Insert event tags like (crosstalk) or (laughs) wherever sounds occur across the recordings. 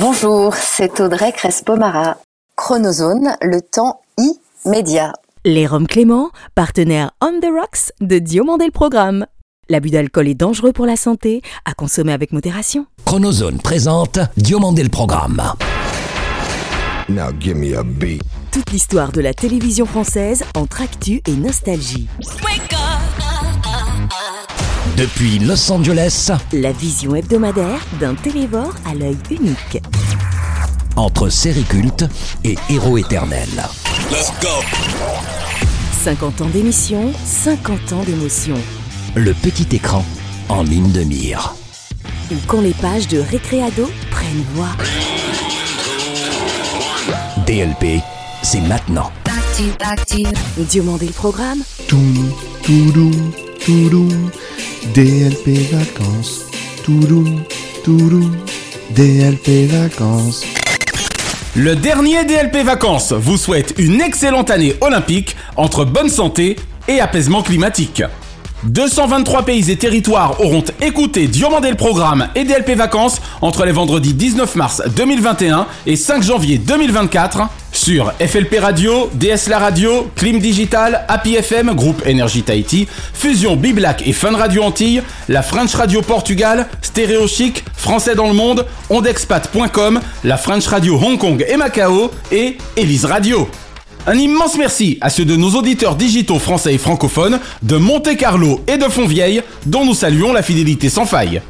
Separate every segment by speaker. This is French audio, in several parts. Speaker 1: Bonjour, c'est Audrey Crespo-Mara. Chronozone, le temps immédiat.
Speaker 2: Les Roms Clément, partenaire On The Rocks de Diomandé le Programme. L'abus d'alcool est dangereux pour la santé, à consommer avec modération.
Speaker 3: Chronozone présente Diomandé le Programme.
Speaker 4: Now give me a beat.
Speaker 2: Toute l'histoire de la télévision française entre actu et nostalgie.
Speaker 3: Depuis Los Angeles,
Speaker 2: La vision hebdomadaire d'un télévore à l'œil unique.
Speaker 3: entre série culte et héros éternel.
Speaker 2: 50 ans d'émission, 50 ans d'émotion.
Speaker 3: Le petit écran en ligne de mire.
Speaker 2: Ou quand les pages de Récréado prennent voix.
Speaker 3: DLP, c'est maintenant.
Speaker 2: Diomandé le Programme,
Speaker 5: Toudoum, toudoum, toudoum, DLP vacances. Toudoum, toudoum, DLP vacances.
Speaker 6: Le dernier DLP Vacances vous souhaite une excellente année olympique entre bonne santé et apaisement climatique. 223 pays et territoires auront écouté Diomandé le programme et DLP Vacances entre les vendredis 19 mars 2021 et 5 janvier 2024 sur FLP Radio, DS La Radio, Clim Digital, Happy FM, Groupe Énergie Tahiti, Fusion Biblac et Fun Radio Antilles, la French Radio Portugal, Stéréo Chic, Français dans le Monde, ondexpat.com, la French Radio Hong Kong et Macao et Elise Radio. Un immense merci à ceux de nos auditeurs digitaux français et francophones de Monte-Carlo et de Fontvieille, dont nous saluons la fidélité sans faille.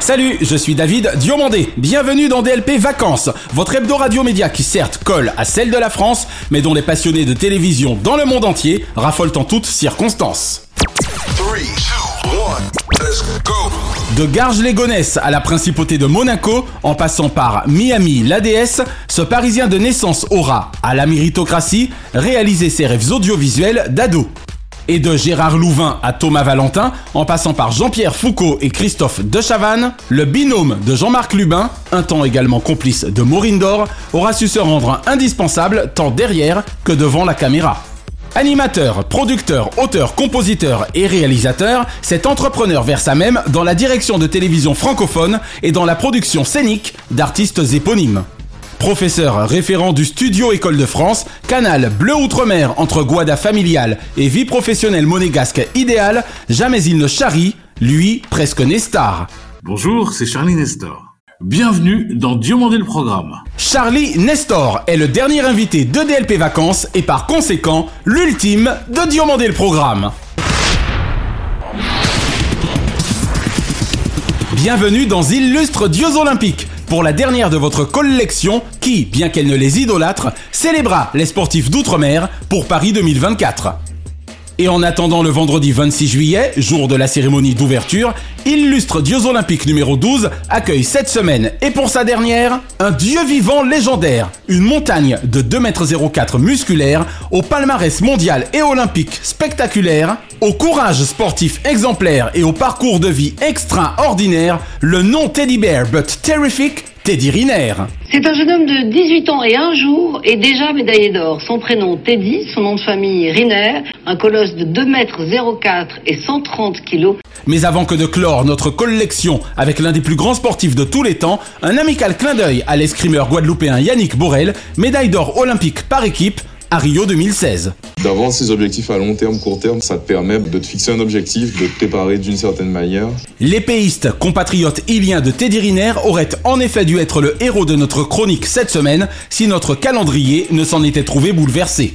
Speaker 6: Salut, je suis David Diomandé. Bienvenue dans DLP Vacances, votre hebdo radio média qui certes colle à celle de la France, mais dont les passionnés de télévision dans le monde entier raffolent en toutes circonstances.
Speaker 4: Three, two, one, let's go.
Speaker 6: De Garges-les-Gonesses à la principauté de Monaco, en passant par Miami, l'ADS, ce Parisien de naissance aura, à la méritocratie, réalisé ses rêves audiovisuels d'ado. Et de Gérard Louvain à Thomas Valentin, en passant par Jean-Pierre Foucault et Christophe de Chavannes, le binôme de Jean-Marc Lubin, un temps également complice de Maureen Dor, aura su se rendre indispensable tant derrière que devant la caméra. Animateur, producteur, auteur, compositeur et réalisateur, cet entrepreneur versa même dans la direction de télévision francophone et dans la production scénique d'artistes éponymes. Professeur référent du Studio École de France, canal Bleu Outre-mer entre Guada familiale et vie professionnelle monégasque idéale, jamais il ne charrie, lui presque né star.
Speaker 7: Bonjour, c'est Charlie Nestor. Bienvenue dans Diomandé le programme.
Speaker 6: Charlie Nestor est le dernier invité de DLP Vacances et par conséquent l'ultime de Diomandé le programme. Bienvenue dans Illustres Dieux Olympiques pour la dernière de votre collection qui, bien qu'elle ne les idolâtre, célébra les sportifs d'outre-mer pour Paris 2024. Et en attendant le vendredi 26 juillet, jour de la cérémonie d'ouverture, Illustre Dieux Olympiques numéro 12 accueille cette semaine, et pour sa dernière, un dieu vivant légendaire, une montagne de 2,04 m musculaire, au palmarès mondial et olympique spectaculaire, au courage sportif exemplaire et au parcours de vie extraordinaire, le nom Teddy Bear but Terrific, Teddy Riner.
Speaker 8: C'est un jeune homme de 18 ans et un jour est déjà médaillé d'or. Son prénom Teddy, son nom de famille Riner, un colosse de 2 mètres 04 et 130 kilos.
Speaker 6: Mais avant que de clore notre collection avec l'un des plus grands sportifs de tous les temps, un amical clin d'œil à l'escrimeur guadeloupéen Yannick Borel, médaille d'or olympique par équipe à Rio 2016.
Speaker 9: D'avoir ses objectifs à long terme, court terme, ça te permet de te fixer un objectif, de te préparer d'une certaine manière.
Speaker 6: L'épéiste, compatriote ilien de Teddy Riner, aurait en effet dû être le héros de notre chronique cette semaine si notre calendrier ne s'en était trouvé bouleversé.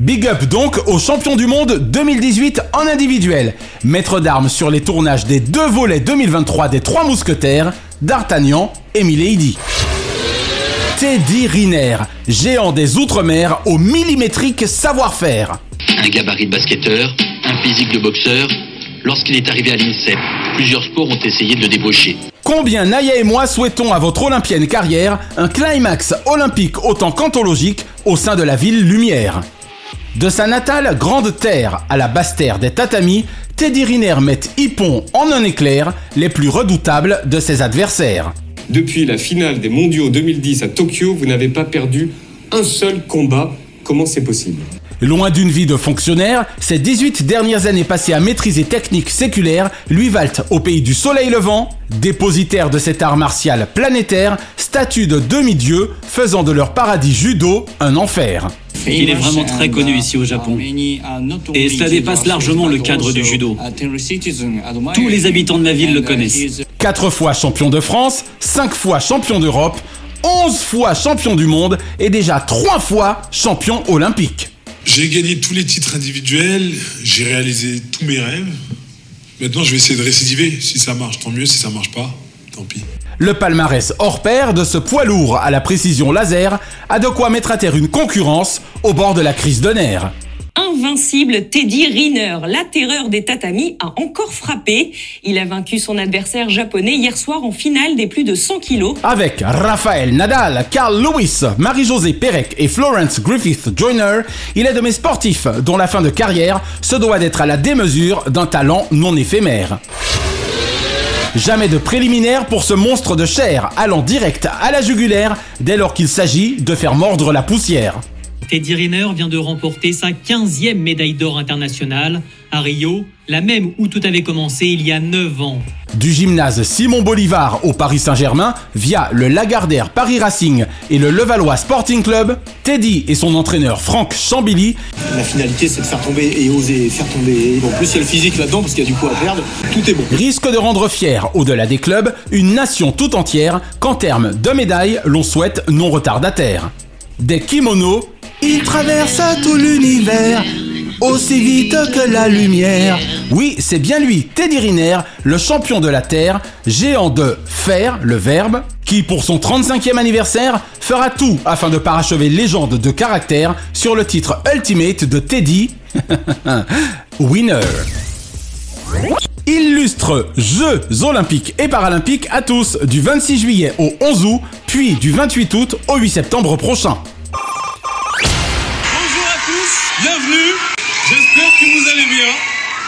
Speaker 6: Big up donc au champion du monde 2018 en individuel, maître d'armes sur les tournages des deux volets 2023 des Trois Mousquetaires, D'Artagnan et Milady. Teddy Riner, géant des Outre-mer au millimétrique savoir-faire.
Speaker 10: un gabarit de basketteur, un physique de boxeur. Lorsqu'il est arrivé à l'INSEP, plusieurs sports ont essayé de le débaucher.
Speaker 6: Combien Naya et moi souhaitons à votre olympienne carrière un climax olympique autant qu'anthologique au sein de la ville Lumière. De sa natale Grande Terre à la basse terre des tatamis, Teddy Riner met Hippon en un éclair les plus redoutables de ses adversaires.
Speaker 11: Depuis la finale des mondiaux 2010 à Tokyo, vous n'avez pas perdu un seul combat. Comment c'est possible
Speaker 6: Loin d'une vie de fonctionnaire, ses 18 dernières années passées à maîtriser techniques séculaires lui valent au pays du soleil levant, dépositaire de cet art martial planétaire, statut de demi-dieu, faisant de leur paradis judo un enfer.
Speaker 12: Il est vraiment très connu ici au Japon. Et cela dépasse largement le cadre du judo. Tous les habitants de la ville le connaissent.
Speaker 6: Quatre fois champion de France, cinq fois champion d'Europe, 11 fois champion du monde et déjà 3 fois champion olympique.
Speaker 13: J'ai gagné tous les titres individuels, j'ai réalisé tous mes rêves. Maintenant, je vais essayer de récidiver. Si ça marche, tant mieux. Si ça marche pas, tant pis.
Speaker 6: Le palmarès hors pair de ce poids lourd à la précision laser a de quoi mettre à terre une concurrence au bord de la crise de nerfs.
Speaker 14: Invincible Teddy Riner, la terreur des tatamis, a encore frappé. Il a vaincu son adversaire japonais hier soir en finale des plus de 100 kilos.
Speaker 6: Avec Raphaël Nadal, Carl Lewis, Marie-Josée Pérec et Florence Griffith Joyner, il est de mes sportifs dont la fin de carrière se doit d'être à la démesure d'un talent non éphémère. Jamais de préliminaire pour ce monstre de chair allant direct à la jugulaire dès lors qu'il s'agit de faire mordre la poussière.
Speaker 15: Teddy Riner vient de remporter sa 15e médaille d'or internationale à Rio, la même où tout avait commencé il y a 9 ans.
Speaker 6: Du gymnase Simon Bolivar au Paris Saint-Germain, via le Lagardère Paris Racing et le Levallois Sporting Club, Teddy et son entraîneur Franck Chambilly.
Speaker 16: La finalité, c'est de faire tomber et oser faire tomber. En plus, il y a le physique là-dedans parce qu'il y a du poids à perdre. Tout est bon.
Speaker 6: Risque de rendre fier, au-delà des clubs, une nation tout entière qu'en termes de médailles, l'on souhaite non retardataire. Des kimonos,
Speaker 17: il traverse tout l'univers aussi vite que la lumière.
Speaker 6: Oui, c'est bien lui, Teddy Riner, le champion de la Terre, géant de faire, le verbe, qui pour son 35e anniversaire fera tout afin de parachever légende de caractère sur le titre Ultimate de Teddy (laughs) Winner. Illustre Jeux olympiques et paralympiques à tous du 26 juillet au 11 août, puis du 28 août au 8 septembre prochain.
Speaker 18: Bienvenue, j'espère que vous allez bien.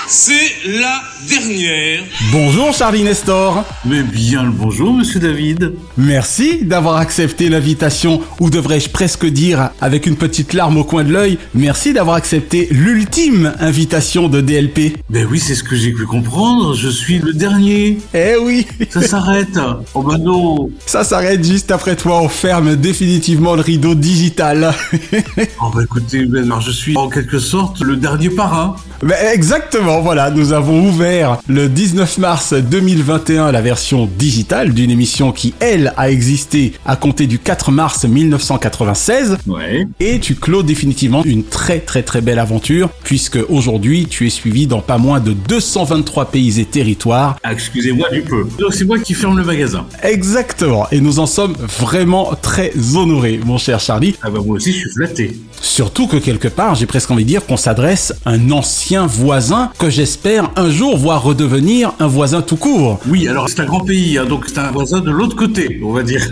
Speaker 18: C'est la dernière.
Speaker 6: Bonjour Charlie Nestor.
Speaker 7: Mais bien le bonjour monsieur David.
Speaker 6: Merci d'avoir accepté l'invitation, ou devrais-je presque dire avec une petite larme au coin de l'œil, merci d'avoir accepté l'ultime invitation de DLP.
Speaker 7: Ben oui, c'est ce que j'ai pu comprendre, je suis le dernier.
Speaker 6: Eh oui
Speaker 7: Ça (laughs) s'arrête, oh ben non
Speaker 6: Ça s'arrête juste après toi, on ferme définitivement le rideau digital. (laughs)
Speaker 7: oh ben écoutez, ben alors je suis en quelque sorte le dernier parrain.
Speaker 6: Ben exactement, voilà, nous avons ouvert le 19 mars 2021 la version digitale d'une émission qui, elle, a existé à compter du 4 mars 1996.
Speaker 7: Ouais.
Speaker 6: Et tu clôt définitivement une très très très belle aventure puisque aujourd'hui tu es suivi dans pas moins de 223 pays et territoires.
Speaker 7: Ah, Excusez-moi du peu. Donc c'est moi qui ferme le magasin.
Speaker 6: Exactement. Et nous en sommes vraiment très honorés, mon cher Charlie.
Speaker 7: Ah bah moi aussi je suis flatté.
Speaker 6: Surtout que quelque part, j'ai presque envie de dire qu'on s'adresse à un ancien voisin que j'espère un jour voire redevenir un voisin tout court.
Speaker 7: Oui, alors c'est un grand pays, hein, donc c'est un voisin de l'autre côté, on va (laughs) dire.
Speaker 6: (laughs)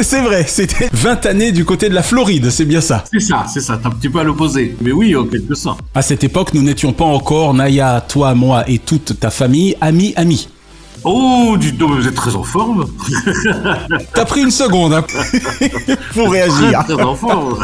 Speaker 6: c'est vrai, c'était 20 années du côté de la Floride, c'est bien ça.
Speaker 7: C'est ça, c'est ça, t'es un petit peu à l'opposé. Mais oui, en quelque sorte.
Speaker 6: À cette époque, nous n'étions pas encore, Naya, toi, moi et toute ta famille, amis, amis.
Speaker 7: Oh, dites donc, vous êtes très en forme. (laughs)
Speaker 6: T'as pris une seconde hein, (laughs) pour réagir.
Speaker 7: Très, très en forme.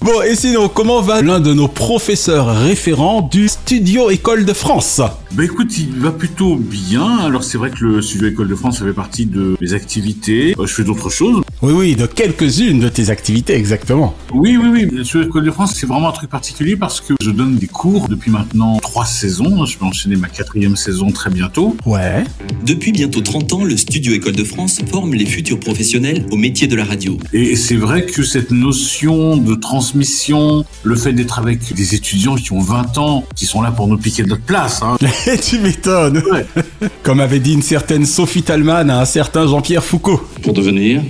Speaker 6: bon, et sinon, comment va l'un de nos professeurs référents du Studio École de France
Speaker 7: (laughs) Bah écoute, il va plutôt bien. Alors c'est vrai que le Studio École de France ça fait partie de mes activités. Euh, Je fais d'autres choses.
Speaker 6: Oui, oui, de quelques-unes de tes activités, exactement.
Speaker 7: Oui, oui, oui. Le Studio École de France, c'est vraiment un truc particulier parce que je donne des cours depuis maintenant trois saisons. Je vais enchaîner ma quatrième saison très bientôt.
Speaker 6: Ouais. (laughs)
Speaker 19: Depuis bientôt 30 ans, le Studio École de France forme les futurs professionnels au métier de la radio.
Speaker 7: Et c'est vrai que cette notion de transmission, le fait d'être avec des étudiants qui ont 20 ans, qui sont là pour nous piquer de notre place. Hein.
Speaker 6: tu m'étonnes.
Speaker 7: Ouais.
Speaker 6: (laughs) Comme avait dit une certaine Sophie Talman à un certain Jean-Pierre Foucault.
Speaker 19: Pour devenir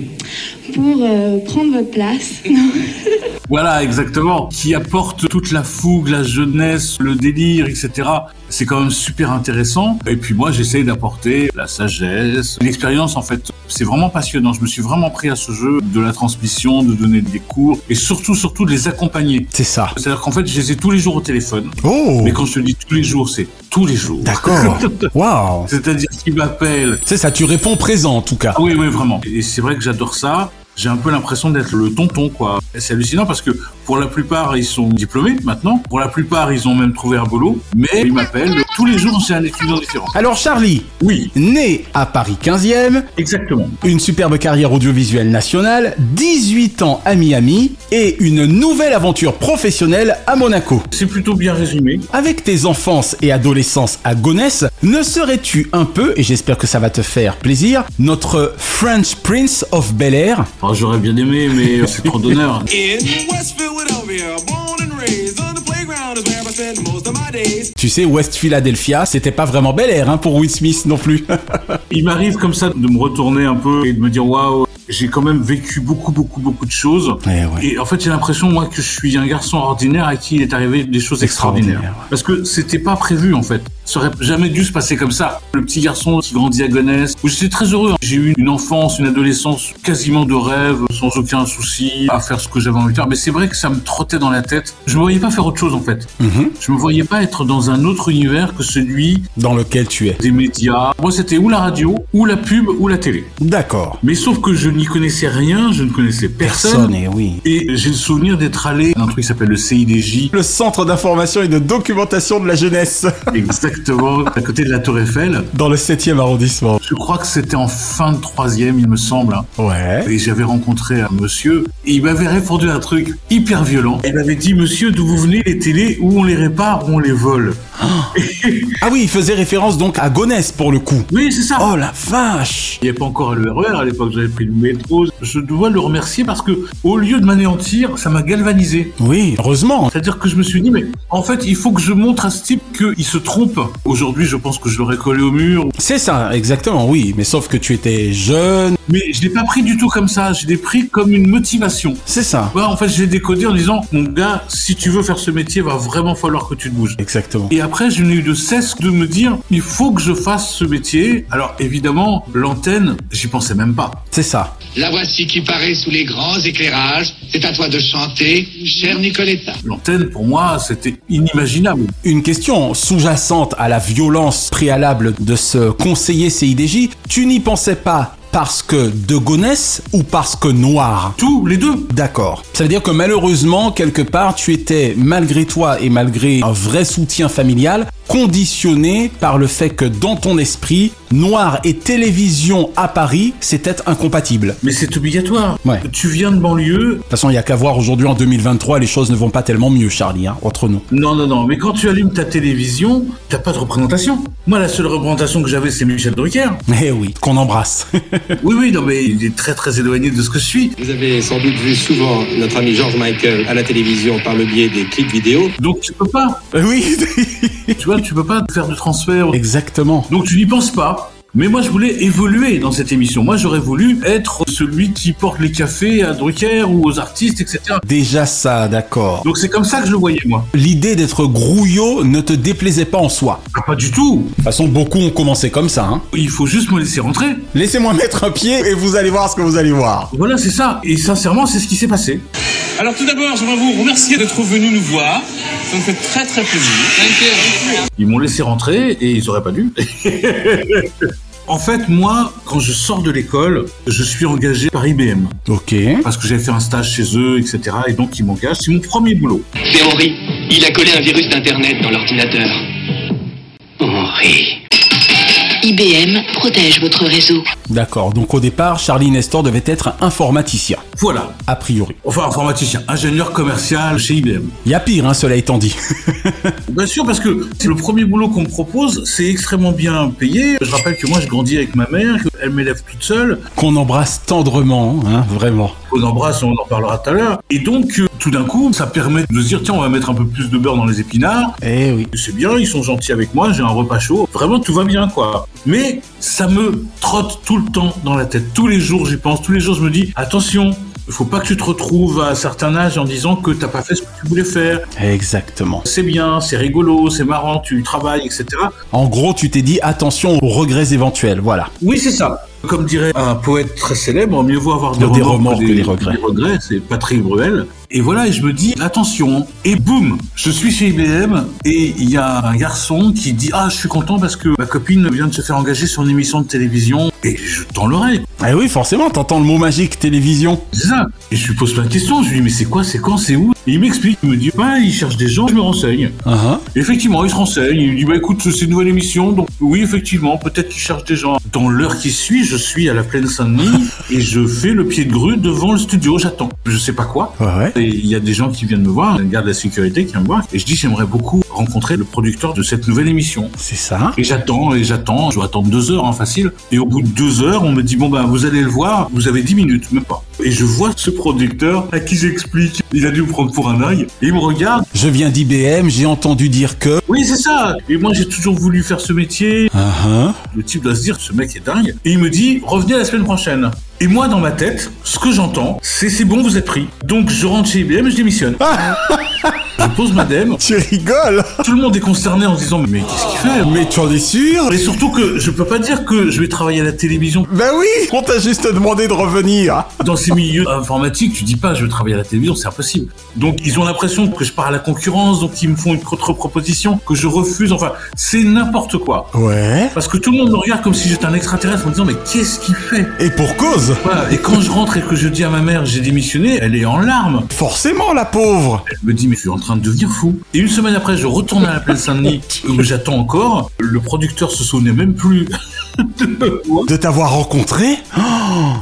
Speaker 20: pour euh, prendre votre place. Non.
Speaker 7: voilà, exactement. Qui apporte toute la fougue, la jeunesse, le délire, etc. C'est quand même super intéressant. Et puis moi, j'essaye d'apporter la sagesse, l'expérience en fait. C'est vraiment passionnant. Je me suis vraiment pris à ce jeu de la transmission, de donner des cours et surtout, surtout de les accompagner.
Speaker 6: C'est ça.
Speaker 7: C'est-à-dire qu'en fait, je les ai tous les jours au téléphone.
Speaker 6: Oh
Speaker 7: Mais quand je te dis tous les jours, c'est tous les jours. (laughs)
Speaker 6: D'accord. Waouh
Speaker 7: C'est-à-dire qu'ils m'appellent.
Speaker 6: C'est ça, tu réponds présent en tout cas.
Speaker 7: Oui, oui, vraiment. Et c'est vrai que j'adore ça. j'ai un peu l'impression d'être le tonton, quoi. C'est hallucinant parce que pour la plupart, ils sont diplômés maintenant. Pour la plupart, ils ont même trouvé un boulot. Mais ils m'appellent tous les jours, c'est un étudiant différent.
Speaker 6: Alors Charlie, oui, né à Paris 15e,
Speaker 7: exactement.
Speaker 6: Une superbe carrière audiovisuelle nationale, 18 ans à Miami et une nouvelle aventure professionnelle à Monaco.
Speaker 7: C'est plutôt bien résumé.
Speaker 6: Avec tes enfances et adolescences à Gonesse, ne serais-tu un peu, et j'espère que ça va te faire plaisir, notre French Prince of Bel Air
Speaker 7: Oh, J'aurais bien aimé, mais euh, c'est trop d'honneur.
Speaker 6: Tu sais, West Philadelphia, c'était pas vraiment Bel Air hein, pour Will Smith non plus.
Speaker 7: (laughs) Il m'arrive comme ça de me retourner un peu et de me dire waouh, j'ai quand même vécu beaucoup, beaucoup, beaucoup de choses.
Speaker 6: Eh ouais.
Speaker 7: Et en fait, j'ai l'impression, moi, que je suis un garçon ordinaire à qui il est arrivé des choses extraordinaires.
Speaker 6: Extraordinaire,
Speaker 7: Parce que c'était pas prévu, en fait. Ça aurait jamais dû se passer comme ça. Le petit garçon qui grandit à Gonesse, où j'étais très heureux. hein. J'ai eu une enfance, une adolescence quasiment de rêve, sans aucun souci, à faire ce que j'avais envie de faire. Mais c'est vrai que ça me trottait dans la tête. Je me voyais pas faire autre chose, en fait. Je me voyais pas être dans un autre univers que celui
Speaker 6: (laughs) Dans lequel tu es.
Speaker 7: des médias. Moi, c'était ou la radio, ou la pub, ou la télé.
Speaker 6: D'accord.
Speaker 7: Mais sauf que je n'y connaissais rien, je ne connaissais personne.
Speaker 6: et eh oui.
Speaker 7: Et j'ai le souvenir d'être allé à un truc qui s'appelle le
Speaker 6: (laughs)
Speaker 7: CIDJ,
Speaker 6: Le Centre d'information et de documentation de la jeunesse,
Speaker 7: exactement à côté de la Tour Eiffel.
Speaker 6: dans le 7e arrondissement.
Speaker 7: Je crois que c'était en fin de troisième, il me semble. hein.
Speaker 6: Ouais.
Speaker 7: Et j'avais rencontré un monsieur, et il m'avait répondu un truc hyper violent. Il m'avait dit, monsieur, d'où vous venez les télés, où on les répare, où on les vole.
Speaker 6: Ah oui, il faisait référence donc à Gonesse pour le coup.
Speaker 7: Oui, c'est ça.
Speaker 6: Oh la vache
Speaker 7: Il n'y avait pas encore le RER à l'époque, j'avais pris le métro. Je dois le remercier parce que, au lieu de m'anéantir, ça m'a galvanisé.
Speaker 6: Oui, heureusement.
Speaker 7: C'est-à-dire que je me suis dit, mais en fait, il faut que je montre à ce type qu'il se trompe. Aujourd'hui, je pense que je l'aurais collé au mur.
Speaker 6: C'est ça, exactement, oui. Mais sauf que tu étais jeune.
Speaker 7: Mais je l'ai pas pris du tout comme ça. Je l'ai pris comme une motivation.
Speaker 6: C'est ça.
Speaker 7: Voilà, en fait, je l'ai décodé en disant, mon gars, si tu veux faire ce métier, va vraiment falloir que tu te bouges.
Speaker 6: Exactement.
Speaker 7: Et après, je n'ai eu de cesse de me dire, il faut que je fasse ce métier. Alors, évidemment, l'antenne, j'y pensais même pas.
Speaker 6: C'est ça.
Speaker 10: La voici qui paraît sous les grands éclairages. C'est à toi de chanter, chère Nicoletta.
Speaker 7: L'antenne, pour moi, c'était inimaginable.
Speaker 6: Une question sous-jacente à la violence préalable de ce conseiller CIDJ. Tu n'y pensais pas parce que de Gonesse ou parce que noir
Speaker 7: Tous, les deux.
Speaker 6: D'accord. Ça veut dire que malheureusement, quelque part, tu étais, malgré toi et malgré un vrai soutien familial, conditionné par le fait que dans ton esprit, noir et télévision à Paris, c'était incompatible.
Speaker 7: Mais c'est obligatoire.
Speaker 6: Ouais.
Speaker 7: Tu viens de banlieue.
Speaker 6: De toute façon, il n'y a qu'à voir aujourd'hui en 2023, les choses ne vont pas tellement mieux, Charlie, hein, entre nous. (laughs)
Speaker 7: Non, non, non. Mais quand tu allumes ta télévision, t'as pas de représentation. Moi, la seule représentation que j'avais, c'est Michel Drucker.
Speaker 6: Eh oui, qu'on embrasse. (laughs)
Speaker 7: oui, oui, non, mais il est très, très éloigné de ce que je suis.
Speaker 16: Vous avez sans doute vu souvent notre ami George Michael à la télévision par le biais des clips vidéo.
Speaker 7: Donc, tu peux pas.
Speaker 6: Eh oui, (laughs)
Speaker 7: tu vois, tu peux pas faire de transfert.
Speaker 6: exactement.
Speaker 7: Donc, tu n'y penses pas. Mais moi, je voulais évoluer dans cette émission. Moi, j'aurais voulu être celui qui porte les cafés à Drucker ou aux artistes, etc.
Speaker 6: Déjà ça, d'accord.
Speaker 7: Donc, c'est comme ça que je le voyais, moi.
Speaker 6: L'idée d'être grouillot ne te déplaisait pas en soi.
Speaker 7: Ah, pas du tout.
Speaker 6: De toute façon, beaucoup ont commencé comme ça. Hein.
Speaker 7: Il faut juste me laisser rentrer.
Speaker 6: Laissez-moi mettre un pied et vous allez voir ce que vous allez voir.
Speaker 7: Voilà, c'est ça. Et sincèrement, c'est ce qui s'est passé.
Speaker 18: Alors tout d'abord, je voudrais vous remercier d'être venu nous voir. Ça me fait très très plaisir.
Speaker 7: Ils m'ont laissé rentrer et ils auraient pas dû. (laughs) En fait, moi, quand je sors de l'école, je suis engagé par IBM
Speaker 6: Ok.
Speaker 7: parce que j'avais fait un stage chez eux, etc. Et donc, ils m'engagent. C'est mon premier boulot.
Speaker 10: C'est Henri. Il a collé un virus d'Internet dans l'ordinateur. Henri.
Speaker 21: IBM protège votre réseau.
Speaker 6: D'accord. Donc au départ, Charlie Nestor devait être informaticien,
Speaker 7: Voilà.
Speaker 6: a priori.
Speaker 7: Enfin, informaticien, ingénieur commercial chez IBM.
Speaker 6: Il y a pire, hein, cela étant dit. (laughs)
Speaker 7: Bien sûr, parce que c'est le premier boulot qu'on me propose, c'est extrêmement bien payé. Je rappelle que moi, je grandis avec ma mère, qu'elle m'élève toute seule.
Speaker 6: Qu'on embrasse tendrement, hein, vraiment.
Speaker 7: On embrasse, on en parlera tout à l'heure. Et donc, euh, tout d'un coup, ça permet de se dire, tiens, on va mettre un peu plus de beurre dans les épinards.
Speaker 6: Eh oui.
Speaker 7: C'est bien, ils sont gentils avec moi, j'ai un repas chaud. Vraiment, tout va bien, quoi. Mais ça me trotte tout le temps dans la tête. Tous les jours, j'y pense. Tous les jours, je me dis, attention, faut pas que tu te retrouves à un certain âge en disant que t'as pas fait ce que tu voulais faire.
Speaker 6: Exactement.
Speaker 7: C'est bien, c'est rigolo, c'est marrant, tu travailles, etc.
Speaker 6: En gros, tu t'es dit attention aux regrets éventuels, voilà.
Speaker 7: Oui, c'est ça. Comme dirait un poète très célèbre, mieux vaut avoir des,
Speaker 6: Des remords que des regrets.
Speaker 7: c'est Patrick Bruel. Et voilà, et je me dis, attention, et boum, je suis chez IBM, et il y a un garçon qui dit, ah, je suis content parce que ma copine vient de se faire engager sur une émission de télévision, et je tends l'oreille.
Speaker 6: Eh oui, forcément, t'entends le mot magique, télévision.
Speaker 7: C'est ça. Et je lui pose plein de questions. Je lui dis, mais c'est quoi, c'est quand, c'est où Et il m'explique. Il me dit, bah, il cherche des gens, je me renseigne.
Speaker 6: Uh-huh.
Speaker 7: Et Effectivement, il se renseigne. Il me dit, bah, écoute, c'est une nouvelle émission. Donc, oui, effectivement, peut-être qu'il cherche des gens. Dans l'heure qui suit, je suis à la plaine Saint-Denis et je fais le pied de grue devant le studio. J'attends. Je sais pas quoi. Et il y a des gens qui viennent me voir, un garde de la sécurité qui vient me voir. Et je dis, j'aimerais beaucoup rencontrer le producteur de cette nouvelle émission.
Speaker 6: C'est ça.
Speaker 7: Et j'attends, et j'attends. Je dois attendre deux heures, hein, facile. Et au bout de deux heures, on me dit, bon, bah, vous allez le voir. Vous avez dix minutes, même pas. Et je vois ce producteur à qui j'explique. Il a dû me prendre pour un œil. Et il me regarde.
Speaker 6: Je viens d'IBM, j'ai entendu dire que.
Speaker 7: Oui, c'est ça. Et moi, j'ai toujours voulu faire ce métier.
Speaker 6: Uh-huh.
Speaker 7: Le type doit se dire, ce mec est dingue. Et il me dit, revenez la semaine prochaine. Et moi, dans ma tête, ce que j'entends, c'est c'est bon, vous êtes pris. Donc, je rentre chez IBM et je démissionne. Je pose ma dème.
Speaker 6: Tu rigoles
Speaker 7: Tout le monde est consterné en se disant mais qu'est-ce qu'il fait
Speaker 6: Mais tu en es sûr
Speaker 7: Et surtout que je peux pas dire que je vais travailler à la télévision.
Speaker 6: Ben oui On t'a juste demandé de revenir.
Speaker 7: Dans ces milieux informatiques, tu dis pas je vais travailler à la télévision, c'est impossible. Donc ils ont l'impression que je pars à la concurrence, donc ils me font une contre-proposition que je refuse. Enfin, c'est n'importe quoi.
Speaker 6: Ouais.
Speaker 7: Parce que tout le monde me regarde comme si j'étais un extraterrestre en me disant mais qu'est-ce qu'il fait
Speaker 6: Et pour cause
Speaker 7: Voilà. Et quand je rentre et que je dis à ma mère j'ai démissionné, elle est en larmes.
Speaker 6: Forcément, la pauvre
Speaker 7: Elle me dit, mais je suis en train de devenir fou. Et une semaine après, je retourne à la place Saint-Denis, où j'attends encore. Le producteur se souvenait même plus (laughs) de me voir.
Speaker 6: De t'avoir rencontré
Speaker 7: Et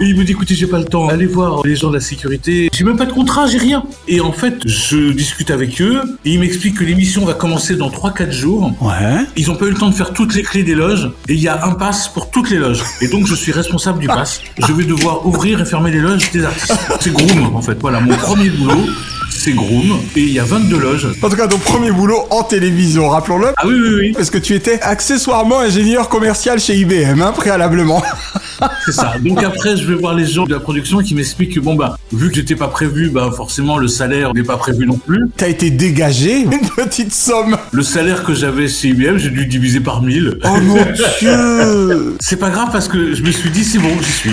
Speaker 7: il me dit, écoutez, j'ai pas le temps. Allez voir les gens de la sécurité. J'ai même pas de contrat, j'ai rien. Et en fait, je discute avec eux, et ils m'expliquent que l'émission va commencer dans 3-4 jours.
Speaker 6: Ouais.
Speaker 7: Ils ont pas eu le temps de faire toutes les clés des loges, et il y a un pass pour toutes les loges. Et donc, je suis responsable du pass. Je vais devoir ouvrir et fermer les loges des artistes. C'est groom, en fait. Voilà, mon premier boulot, c'est groom, et il y a 22 loges.
Speaker 6: En tout cas, ton premier boulot en télévision, rappelons-le.
Speaker 7: Ah oui, oui, oui.
Speaker 6: Parce que tu étais accessoirement ingénieur commercial chez IBM, hein, préalablement. (laughs)
Speaker 7: C'est ça. Donc après, je vais voir les gens de la production qui m'expliquent que bon bah, vu que j'étais pas prévu, bah forcément le salaire n'est pas prévu non plus.
Speaker 6: T'as été dégagé une petite somme.
Speaker 7: Le salaire que j'avais chez IBM, j'ai dû le diviser par 1000.
Speaker 6: Oh mon dieu
Speaker 7: C'est pas grave parce que je me suis dit c'est bon, j'y suis.